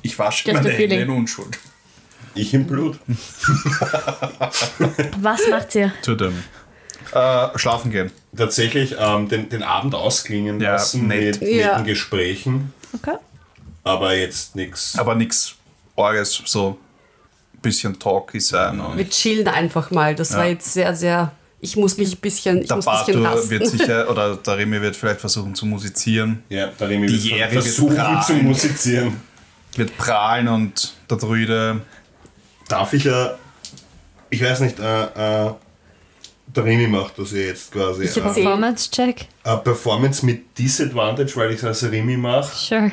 Speaker 4: Ich wasche
Speaker 5: Just
Speaker 4: meine
Speaker 5: a
Speaker 4: Hände
Speaker 5: feeling.
Speaker 4: in Unschuld.
Speaker 2: Ich im Blut.
Speaker 1: Was macht ihr?
Speaker 4: Zu dem. Äh, schlafen gehen.
Speaker 2: Tatsächlich ähm, den, den Abend ausklingen
Speaker 4: Ja,
Speaker 2: lassen
Speaker 4: nett.
Speaker 2: mit netten
Speaker 3: Ja.
Speaker 2: Gesprächen,
Speaker 1: Okay.
Speaker 2: aber jetzt nichts.
Speaker 4: Aber nichts Orges, so ein bisschen talky sein. Und
Speaker 3: Wir chillen einfach mal. Das war jetzt sehr, sehr Ich muss mich ein bisschen, ich
Speaker 4: Der
Speaker 3: muss ein bisschen
Speaker 4: Bartur
Speaker 3: rasten.
Speaker 4: wird sicher, oder der Remy wird vielleicht versuchen zu musizieren,
Speaker 2: Ja, da nehmen
Speaker 4: Die
Speaker 2: wir
Speaker 4: Jährige
Speaker 2: versuchen
Speaker 4: prahlen.
Speaker 2: zu musizieren.
Speaker 4: wird prahlen und der Druide
Speaker 2: Darf ich ja, ich weiß nicht, äh, äh, der Remy macht das ja jetzt quasi.
Speaker 3: Ich
Speaker 2: äh,
Speaker 3: erzähl-
Speaker 1: Performance-Check?
Speaker 2: Eine Performance mit Disadvantage, weil ich es als Remy mache.
Speaker 1: Sure.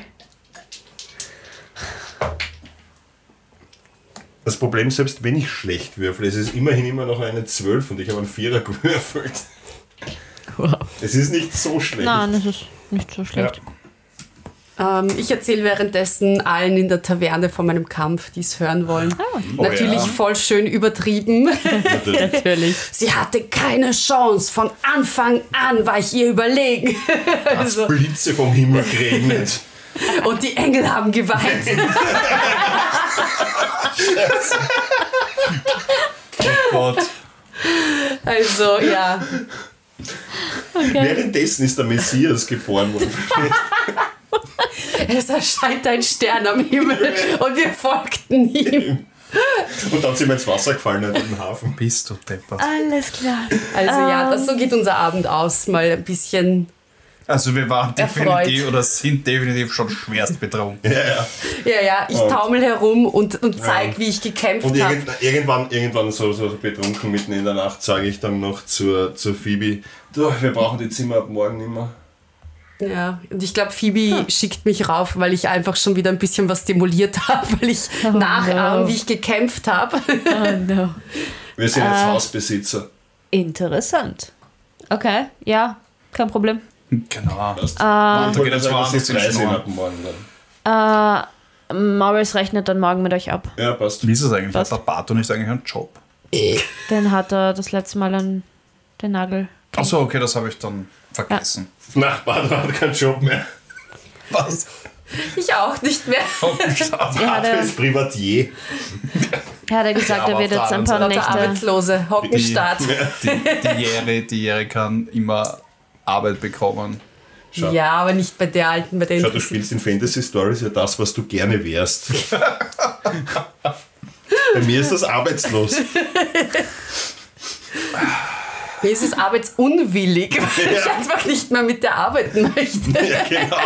Speaker 2: Das Problem, selbst wenn ich schlecht würfle, es ist immerhin immer noch eine 12 und ich habe einen Vierer gewürfelt. Es ist nicht so schlecht.
Speaker 1: Nein, das ist nicht so schlecht.
Speaker 3: Ähm, ich erzähle währenddessen allen in der Taverne von meinem Kampf, die es hören wollen.
Speaker 4: Oh
Speaker 3: Natürlich
Speaker 4: ja.
Speaker 3: voll schön übertrieben.
Speaker 2: Natürlich.
Speaker 3: Sie hatte keine Chance. Von Anfang an war ich ihr überlegen. Also,
Speaker 2: Blitze vom Himmel geregnet.
Speaker 3: und die Engel haben geweint.
Speaker 4: oh Gott,
Speaker 3: Also ja,
Speaker 2: Währenddessen ist der Messias geboren worden.
Speaker 3: es erscheint ein Stern am Himmel und wir folgten ihm.
Speaker 2: Und dann sind wir ins Wasser gefallen in den Hafen.
Speaker 4: bist du deppert.
Speaker 7: Alles klar.
Speaker 3: Also ja,
Speaker 4: Ähm.
Speaker 3: das, so geht unser Abend aus. Mal ein bisschen.
Speaker 4: Also wir waren
Speaker 3: Erfreut.
Speaker 4: definitiv oder sind definitiv schon schwerst betrunken.
Speaker 2: Ja, ja.
Speaker 3: Ja, ja, ich taumel herum und, und zeig,
Speaker 2: Ja.
Speaker 3: wie ich gekämpft
Speaker 2: Und
Speaker 3: habe.
Speaker 2: irgend, irgendwann, irgendwann so, so betrunken mitten in der Nacht sage ich dann noch zur, zur Phoebe, du, wir brauchen die Zimmer ab morgen nicht mehr.
Speaker 3: Ja, und ich glaube, Phoebe schickt mich rauf, weil ich einfach schon wieder ein bisschen was demoliert habe, weil ich nachahme,
Speaker 7: no.
Speaker 3: wie ich gekämpft habe.
Speaker 7: Oh no.
Speaker 2: Wir sind
Speaker 1: Äh,
Speaker 2: jetzt Hausbesitzer.
Speaker 7: Interessant.
Speaker 1: Okay, ja, kein Problem.
Speaker 4: Genau.
Speaker 2: Und
Speaker 4: da geht es woanders hin.
Speaker 2: frei sind ab morgen dann.
Speaker 1: Äh, Morris rechnet dann morgen mit euch ab.
Speaker 2: Ja, passt.
Speaker 4: Wie ist es eigentlich? Hat der Bato nicht eigentlich einen Job?
Speaker 1: Den hat er das letzte Mal an den Nagel.
Speaker 4: Achso, okay, das habe ich dann vergessen.
Speaker 2: Nachbar hat keinen Job mehr.
Speaker 4: Was?
Speaker 3: Ich auch nicht mehr.
Speaker 4: Oh, schade.
Speaker 1: Er hat,
Speaker 2: Vater
Speaker 1: er,
Speaker 2: ist Privatier.
Speaker 1: er hat er gesagt,
Speaker 4: Ja,
Speaker 1: er
Speaker 4: aber
Speaker 1: wird jetzt
Speaker 4: auf der
Speaker 1: ein
Speaker 4: anderen
Speaker 1: paar
Speaker 3: Lauter
Speaker 1: Nächte.
Speaker 3: Arbeitslose, Hockenstaat.
Speaker 4: die, die, Jere, die Jere kann immer Arbeit bekommen.
Speaker 2: Schau.
Speaker 3: Ja, aber nicht bei der alten, bei der
Speaker 2: Schau, du
Speaker 3: interessiert-
Speaker 2: spielst in Fantasy Stories ja das, was du gerne wärst. Bei mir ist das arbeitslos.
Speaker 3: Mir ist es arbeitsunwillig, weil ich einfach nicht mehr mit der arbeiten möchte.
Speaker 2: Ja, genau.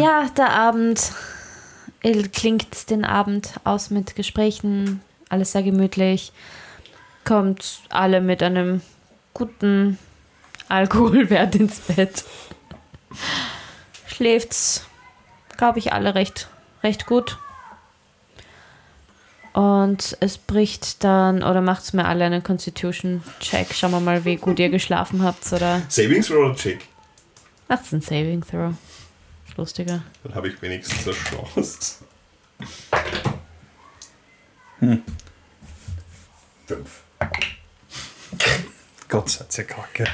Speaker 1: Ja, der Abend il- klingt den Abend aus mit Gesprächen, alles sehr gemütlich. Kommt alle mit einem guten Alkoholwert ins Bett. Schläft's, glaube ich, alle recht, recht gut. Und es bricht dann, oder macht's mir alle einen Constitution-Check. Schauen wir mal, wie gut ihr geschlafen habt, oder
Speaker 2: Savings Roll Check.
Speaker 1: macht's einen Saving Throw. Lustiger.
Speaker 2: Dann habe ich wenigstens eine Chance. Hm. Fünf.
Speaker 4: Gott sei Dank, Kacke.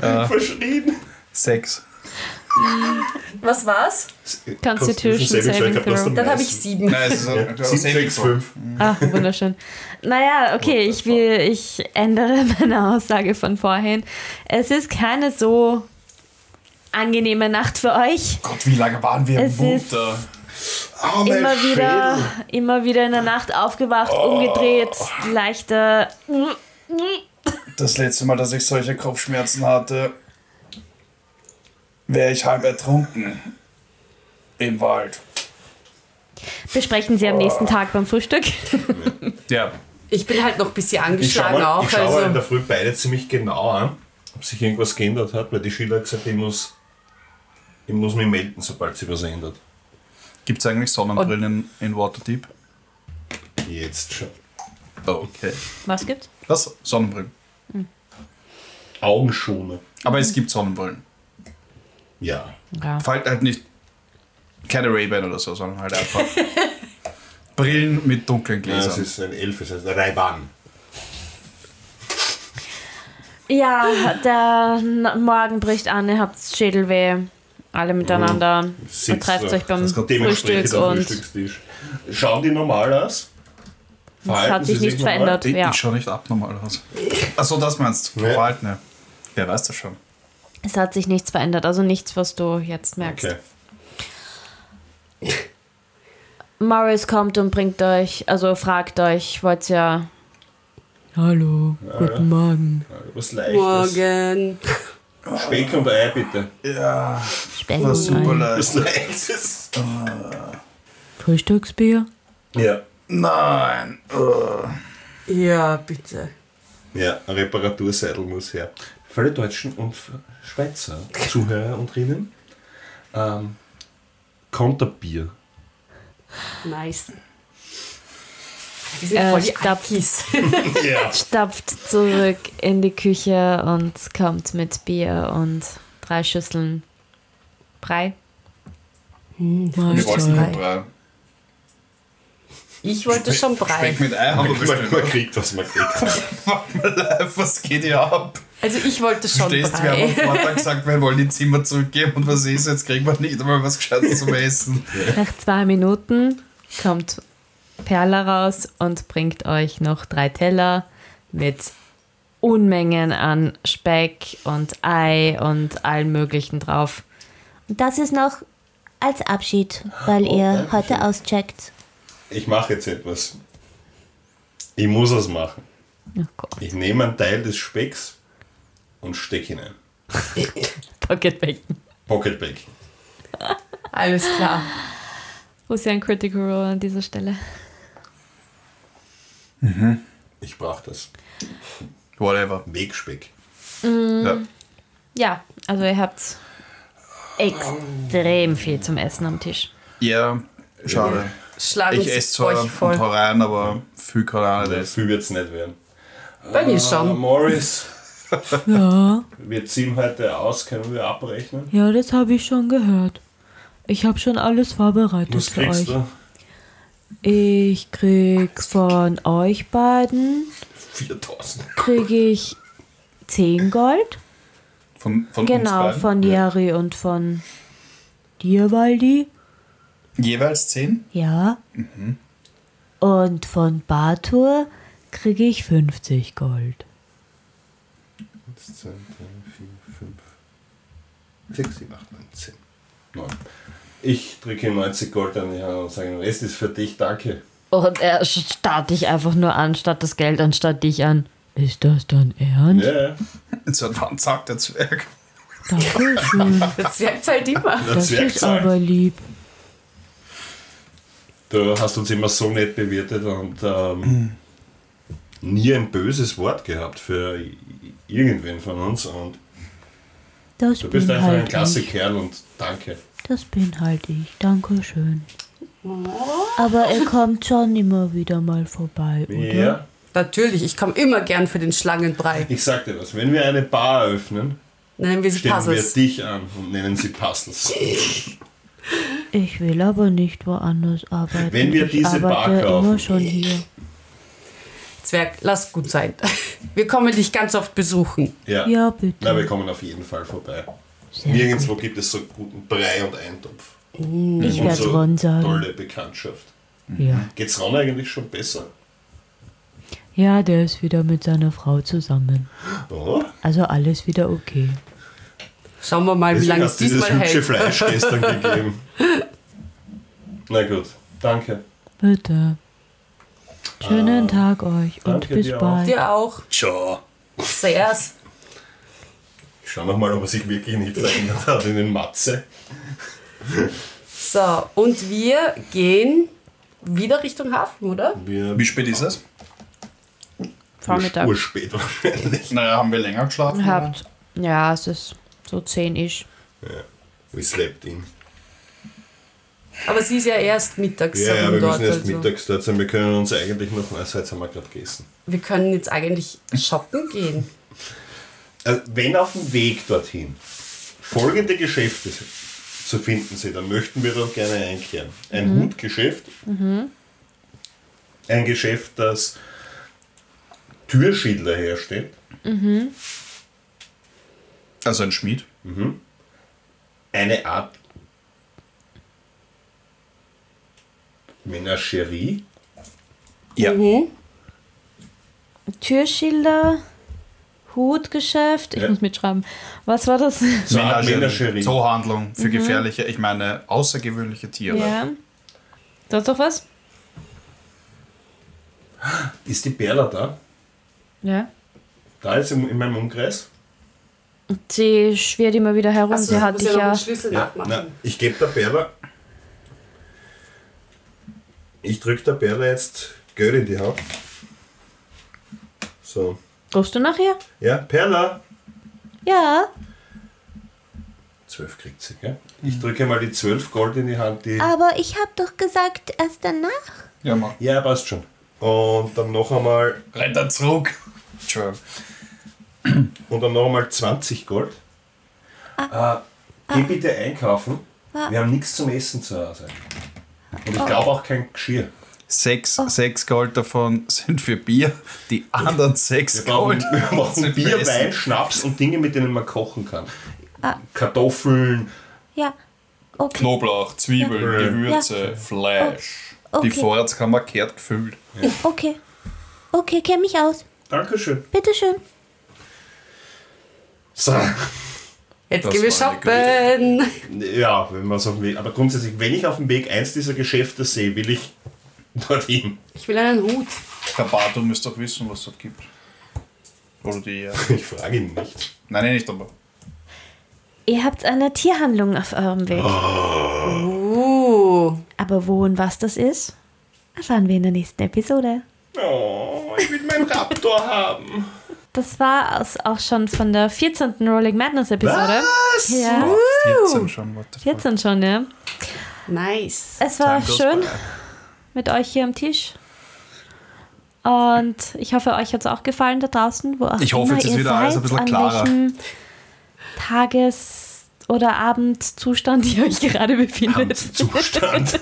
Speaker 2: Ah. Verschrieben.
Speaker 4: Sechs.
Speaker 3: Was war's?
Speaker 1: Constitution Saving Throw.
Speaker 3: Dann habe ich sieben.
Speaker 4: Nein, es ist ein
Speaker 2: Sieben, sechs, fünf.
Speaker 1: Ah, wunderschön. naja, okay, ich, will, ich ändere meine Aussage von vorhin. Es ist keine so angenehme Nacht für euch.
Speaker 4: Gott, wie lange waren wir
Speaker 1: Es
Speaker 4: im
Speaker 1: ist-
Speaker 4: Mutter?
Speaker 2: Oh, mein
Speaker 1: Immer wieder,
Speaker 2: Schädel.
Speaker 1: immer wieder in der Nacht aufgewacht, umgedreht, leichter.
Speaker 4: Das letzte Mal, dass ich solche Kopfschmerzen hatte, wäre ich halb ertrunken. Im Wald.
Speaker 1: Besprechen Sie am nächsten Tag beim Frühstück.
Speaker 4: Ja.
Speaker 3: Ich bin halt noch ein bisschen
Speaker 2: Ich schaue
Speaker 3: angeschlagen
Speaker 2: mal, ich
Speaker 3: auch.
Speaker 2: schau mal in
Speaker 3: Also.
Speaker 2: der Früh beide ziemlich genau an, ob sich irgendwas geändert hat, weil die Schüler hat gesagt, ich muss, ich muss mich melden, sobald sich was ändert.
Speaker 4: Gibt es eigentlich Sonnenbrillen in Waterdeep?
Speaker 2: Jetzt schon.
Speaker 4: Okay.
Speaker 1: Was gibt's?
Speaker 4: Was? Sonnenbrillen.
Speaker 2: Augenschone.
Speaker 4: Aber es gibt Sonnenbrillen.
Speaker 2: Ja.
Speaker 1: Ja.
Speaker 4: Fällt halt nicht. Keine Ray-Ban oder so, sondern halt einfach. Brillen mit dunklen
Speaker 2: ja es
Speaker 4: Gläsern.
Speaker 2: ist ein Elf, es heißt Raiban.
Speaker 1: Ja, der Na- Morgen bricht an, ihr habt Schädelweh. Alle miteinander. Und trefft euch beim
Speaker 4: Das ist
Speaker 1: Frühstück und
Speaker 2: Frühstückstisch. Schauen die normal aus?
Speaker 1: es hat
Speaker 2: Verhalten
Speaker 1: sich
Speaker 2: sie
Speaker 1: nicht verändert.
Speaker 4: ich,
Speaker 1: Ja.
Speaker 4: ich schau nicht abnormal aus. Achso, das meinst du?
Speaker 2: Ja.
Speaker 4: Verwalt, ne? Wer weiß das schon?
Speaker 1: Es hat sich nichts verändert, also nichts, was du jetzt merkst.
Speaker 2: Okay.
Speaker 1: Morris kommt und bringt euch, also fragt euch, wollt ihr
Speaker 6: Hallo, guten Morgen.
Speaker 2: Was Leichtes.
Speaker 3: Morgen.
Speaker 2: Speck und Ei, bitte.
Speaker 5: Spenden.
Speaker 4: super leid.
Speaker 2: Was Leichtes.
Speaker 6: Frühstücksbier?
Speaker 2: Ja.
Speaker 4: Nein.
Speaker 2: Oh.
Speaker 3: Ja, bitte.
Speaker 2: Ja, ein Reparaturseidel muss her. Für alle Deutschen und für Schweizer Zuhörer und Rinnen, ähm, Konterbier.
Speaker 3: Nice. Wir sind
Speaker 1: Äh,
Speaker 3: voll die
Speaker 1: ich glaub-
Speaker 3: Alkis.
Speaker 2: Ja.
Speaker 1: stapft zurück in die Küche und kommt mit Bier und drei Schüsseln Brei.
Speaker 4: Wir wollten
Speaker 6: Mahlzeit.
Speaker 4: nur Brei.
Speaker 3: Ich wollte schon Brei.
Speaker 4: Speck mit Ei haben wir
Speaker 2: Man, man
Speaker 4: bestimmt.
Speaker 2: kriegt, was man kriegt.
Speaker 4: Fuck my life, was geht hier ab?
Speaker 3: Also ich wollte schon
Speaker 4: Verstehst du, wir haben am
Speaker 3: Brei.
Speaker 4: Vortag gesagt, wir wollen die Zimmer zurückgeben und was ist, jetzt kriegen wir nicht einmal was Gescheites zum Essen.
Speaker 1: Nach zwei Minuten kommt Perla raus und bringt euch noch drei Teller mit Unmengen an Speck und Ei und allem Möglichen drauf.
Speaker 5: Das ist noch als Abschied, weil ihr heute auscheckt.
Speaker 2: Ich mache jetzt etwas. Ich muss es machen.
Speaker 1: Oh Gott,
Speaker 2: Ich nehme einen Teil des Specks und stecke ihn ein.
Speaker 1: Pocketbecken.
Speaker 2: Pocketback.
Speaker 3: Alles klar.
Speaker 1: Wo ist ja ein Critical Role an dieser Stelle?
Speaker 2: Ich brauche das.
Speaker 4: Whatever.
Speaker 2: Wegspeck.
Speaker 4: Ja.
Speaker 1: Ja, also ihr habt extrem viel zum Essen am Tisch.
Speaker 4: ja, schade.
Speaker 3: Schlagen
Speaker 4: Ich
Speaker 3: Sie
Speaker 4: esse
Speaker 3: es
Speaker 4: zwar
Speaker 3: euch
Speaker 4: und
Speaker 3: voll.
Speaker 4: hau rein, aber viel kann auch nicht
Speaker 2: Also,
Speaker 4: essen.
Speaker 2: viel wird es nicht werden.
Speaker 3: Bei mir
Speaker 2: Ah,
Speaker 3: schon.
Speaker 2: Morris,
Speaker 6: Ja,
Speaker 2: wir ziehen heute aus. Können wir abrechnen?
Speaker 6: ja, das habe ich schon gehört. Ich habe schon alles vorbereitet
Speaker 2: Was
Speaker 6: für euch.
Speaker 2: kriegst du?
Speaker 6: Ich krieg von euch beiden
Speaker 2: 4000.
Speaker 6: krieg ich 10 Gold.
Speaker 4: Von, von
Speaker 6: Genau,
Speaker 4: uns beiden?
Speaker 6: von Jari und von dir, Waldi.
Speaker 4: Jeweils 10?
Speaker 6: Ja. Und von Bartur kriege ich 50 Gold.
Speaker 2: 1, 2, 3, 4, 5, 6, 7, 8, 9, 10. 9. Ich drücke ihm 90 Gold an die Hand und sage, Rest ist für dich, danke.
Speaker 1: Und er starrt dich einfach nur an, statt das Geld, anstatt dich an.
Speaker 6: Ist das dann ernst?
Speaker 2: Ja, ja.
Speaker 4: So ein sagt der Zwerg.
Speaker 6: Dankeschön.
Speaker 3: Das wirkt halt immer.
Speaker 2: Das
Speaker 6: Das ist
Speaker 2: Werkzeug.
Speaker 6: aber lieb.
Speaker 2: Du hast uns immer so nett bewirtet und ähm, nie ein böses Wort gehabt für i- irgendwen von uns. Und
Speaker 6: Das
Speaker 2: du bist
Speaker 6: bin
Speaker 2: einfach ein
Speaker 6: halt
Speaker 2: klasse
Speaker 6: ich.
Speaker 2: Kerl und danke.
Speaker 6: Das bin halt ich. Dankeschön. Aber er kommt schon immer wieder mal vorbei, oder?
Speaker 2: Ja.
Speaker 3: Natürlich, ich komme immer gern für den Schlangenbrei.
Speaker 2: Ich sag dir was, wenn wir eine Bar eröffnen,
Speaker 3: Nennen wir sie
Speaker 2: stellen
Speaker 3: Puzzles.
Speaker 2: wir dich an und nennen sie Puzzles.
Speaker 6: Ich will aber nicht woanders arbeiten.
Speaker 2: Wenn wir
Speaker 6: ich
Speaker 2: diese Bar
Speaker 6: arbeite
Speaker 2: kaufen.
Speaker 6: immer schon hier.
Speaker 3: Zwerg, lass gut sein. Wir kommen dich ganz oft besuchen.
Speaker 2: Ja.
Speaker 6: Ja, bitte.
Speaker 2: Na, wir kommen auf jeden Fall vorbei. Nirgendwo gibt es so guten Brei und Eintopf.
Speaker 6: ich
Speaker 2: und
Speaker 6: werde
Speaker 2: so
Speaker 6: Ron sagen.
Speaker 2: tolle Bekanntschaft.
Speaker 6: Ja.
Speaker 2: Geht's Ron eigentlich schon besser?
Speaker 6: ja, der ist wieder mit seiner Frau zusammen.
Speaker 2: Oh,
Speaker 6: Also alles wieder okay.
Speaker 3: Schauen wir mal, wie
Speaker 2: deswegen
Speaker 3: lange es
Speaker 2: hast du dieses
Speaker 3: diesmal halt.
Speaker 2: hübsche
Speaker 3: hält.
Speaker 2: Fleisch gestern gegeben. Na gut, danke.
Speaker 6: Bitte. Schönen Tag euch und
Speaker 2: Ah. danke
Speaker 6: bis
Speaker 2: dir auch.
Speaker 6: bald.
Speaker 3: Dir auch.
Speaker 4: Ciao.
Speaker 3: Sehr.
Speaker 2: Ich schau nochmal, ob er sich wirklich nicht verändert hat in den Matze.
Speaker 3: So, und wir gehen wieder Richtung Hafen, oder?
Speaker 2: Wir
Speaker 4: Wie spät ist es?
Speaker 1: Vormittag.
Speaker 2: urspät wahrscheinlich.
Speaker 4: Naja, haben wir länger geschlafen?
Speaker 1: Habt. Ja, es ist so 10 ish.
Speaker 2: We slept in.
Speaker 3: Aber sie ist ja erst mittags
Speaker 2: Ja, ja,
Speaker 3: dann
Speaker 2: wir
Speaker 3: dort.
Speaker 2: müssen erst
Speaker 3: also.
Speaker 2: mittags dort sein. Wir können uns eigentlich noch, also jetzt haben wir gerade gegessen.
Speaker 3: Wir können jetzt eigentlich shoppen gehen.
Speaker 2: Also, wenn auf dem Weg dorthin folgende Geschäfte zu finden sind, dann möchten wir dort gerne einkehren. Ein Hutgeschäft, ein Geschäft, das Türschilder herstellt,
Speaker 4: Also ein Schmied.
Speaker 2: eine Art Menagerie,
Speaker 4: Ja.
Speaker 1: Türschilder, Hutgeschäft. Ich
Speaker 2: Ja.
Speaker 1: muss mitschreiben. Was war das?
Speaker 2: so eine Art Menagerie.
Speaker 6: Genau.
Speaker 4: Zoohandlung für gefährliche, ich meine außergewöhnliche Tiere.
Speaker 1: ja. Sonst noch was?
Speaker 2: Ist die Perla da?
Speaker 1: Ja.
Speaker 2: Da ist im, in meinem Umkreis?
Speaker 1: Sie schwirrt immer wieder herum. Also,
Speaker 3: Achso,
Speaker 1: sie hat
Speaker 3: muss
Speaker 1: dich
Speaker 3: ja noch
Speaker 1: ja.
Speaker 3: einen Schlüssel nachmachen.
Speaker 2: na, ich gebe der Perla. Ich drücke der Perla jetzt Geld in die Hand. So.
Speaker 1: Rufst du nachher?
Speaker 2: Ja, Perla!
Speaker 1: Ja.
Speaker 2: 12 kriegt sie, gell? Ich drücke mal die 12 Gold in die Hand, die.
Speaker 5: Aber ich habe doch gesagt, erst danach.
Speaker 4: Ja, mach.
Speaker 2: Ja, passt schon. Und dann noch einmal.
Speaker 4: Rennt dann zurück. Entschuldigung.
Speaker 2: Und dann noch einmal 20 Gold. Äh, geh bitte einkaufen. Wir haben nichts zum Essen zu Hause. Und ich glaube auch kein Geschirr.
Speaker 4: Sechs, sechs Gold davon sind für Bier, die anderen sechs
Speaker 2: Wir brauchen,
Speaker 4: Gold
Speaker 2: wir brauchen
Speaker 4: sind für
Speaker 2: Bier,
Speaker 4: Essen.
Speaker 2: Wein, Schnaps und Dinge, mit denen man kochen kann.
Speaker 1: Ah.
Speaker 2: Kartoffeln.
Speaker 5: Ja. Okay.
Speaker 4: Knoblauch, Zwiebeln,
Speaker 2: Ja.
Speaker 4: Gewürze, Fleisch.
Speaker 5: Oh, okay.
Speaker 4: Die Vorratskammer kehrt gefüllt.
Speaker 5: Okay. Okay, kenn mich aus.
Speaker 2: Dankeschön.
Speaker 5: Bitteschön.
Speaker 2: So.
Speaker 3: Jetzt
Speaker 4: Das
Speaker 3: gehen wir
Speaker 4: war eine
Speaker 3: shoppen.
Speaker 2: Ja, wenn man es auf dem Weg. Aber grundsätzlich, wenn ich auf dem Weg eins dieser Geschäfte sehe, will ich dorthin.
Speaker 3: Ich will einen Hut.
Speaker 4: Der Bato müsste doch wissen, was es dort gibt. Oder die. äh,
Speaker 2: Ich frage ihn nicht.
Speaker 4: Nein, nein, nicht, aber.
Speaker 1: Ihr habt eine Tierhandlung auf eurem Weg.
Speaker 3: Oh. Uh,
Speaker 1: Aber wo und was das ist, erfahren wir in der nächsten Episode.
Speaker 2: Oh, ich will meinen Raptor haben.
Speaker 1: Das war es auch schon von der 14. Rolling Madness Episode.
Speaker 2: Was?
Speaker 1: Ja,
Speaker 4: Boah, 14 schon, what the fuck.
Speaker 1: 14 schon, ja.
Speaker 3: nice.
Speaker 1: Es war
Speaker 4: Time goes
Speaker 1: schön
Speaker 4: by.
Speaker 1: mit euch hier am Tisch. Und ich hoffe, euch hat es auch gefallen da draußen, wo auch
Speaker 4: Ich hoffe,
Speaker 1: immer
Speaker 4: jetzt ist
Speaker 1: ihr
Speaker 4: wieder
Speaker 1: seid,
Speaker 4: alles ein bisschen
Speaker 1: an
Speaker 4: klarer.
Speaker 1: welchem Tages- oder Abendzustand ihr euch gerade befindet.
Speaker 2: Zustand.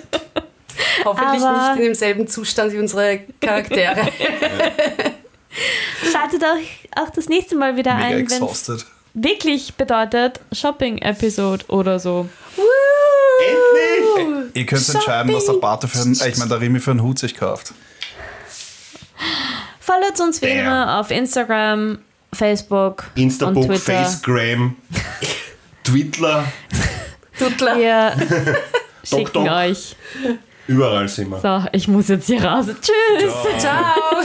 Speaker 3: Hoffentlich
Speaker 1: Aber-
Speaker 3: nicht in demselben Zustand wie unsere Charaktere.
Speaker 1: Schaltet euch auch das nächste Mal wieder
Speaker 4: Mega
Speaker 1: ein, wenn es
Speaker 4: exhausted.
Speaker 1: wirklich bedeutet Shopping-Episode oder so.
Speaker 2: Endlich!
Speaker 4: Ihr könnt entscheiden, was der Bato für einen. äh, Ich meine, der Rimi für einen Hut sich kauft.
Speaker 1: Folgt uns wie
Speaker 2: Bam.
Speaker 1: immer auf Instagram, Facebook und
Speaker 2: Instabook,
Speaker 1: Twitter.
Speaker 2: Facegram, Twitter,
Speaker 3: Tutler.
Speaker 1: Wir schicken
Speaker 2: Doc.
Speaker 1: euch.
Speaker 2: überall sind wir.
Speaker 1: So, ich muss jetzt hier raus. Tschüss.
Speaker 3: Ciao.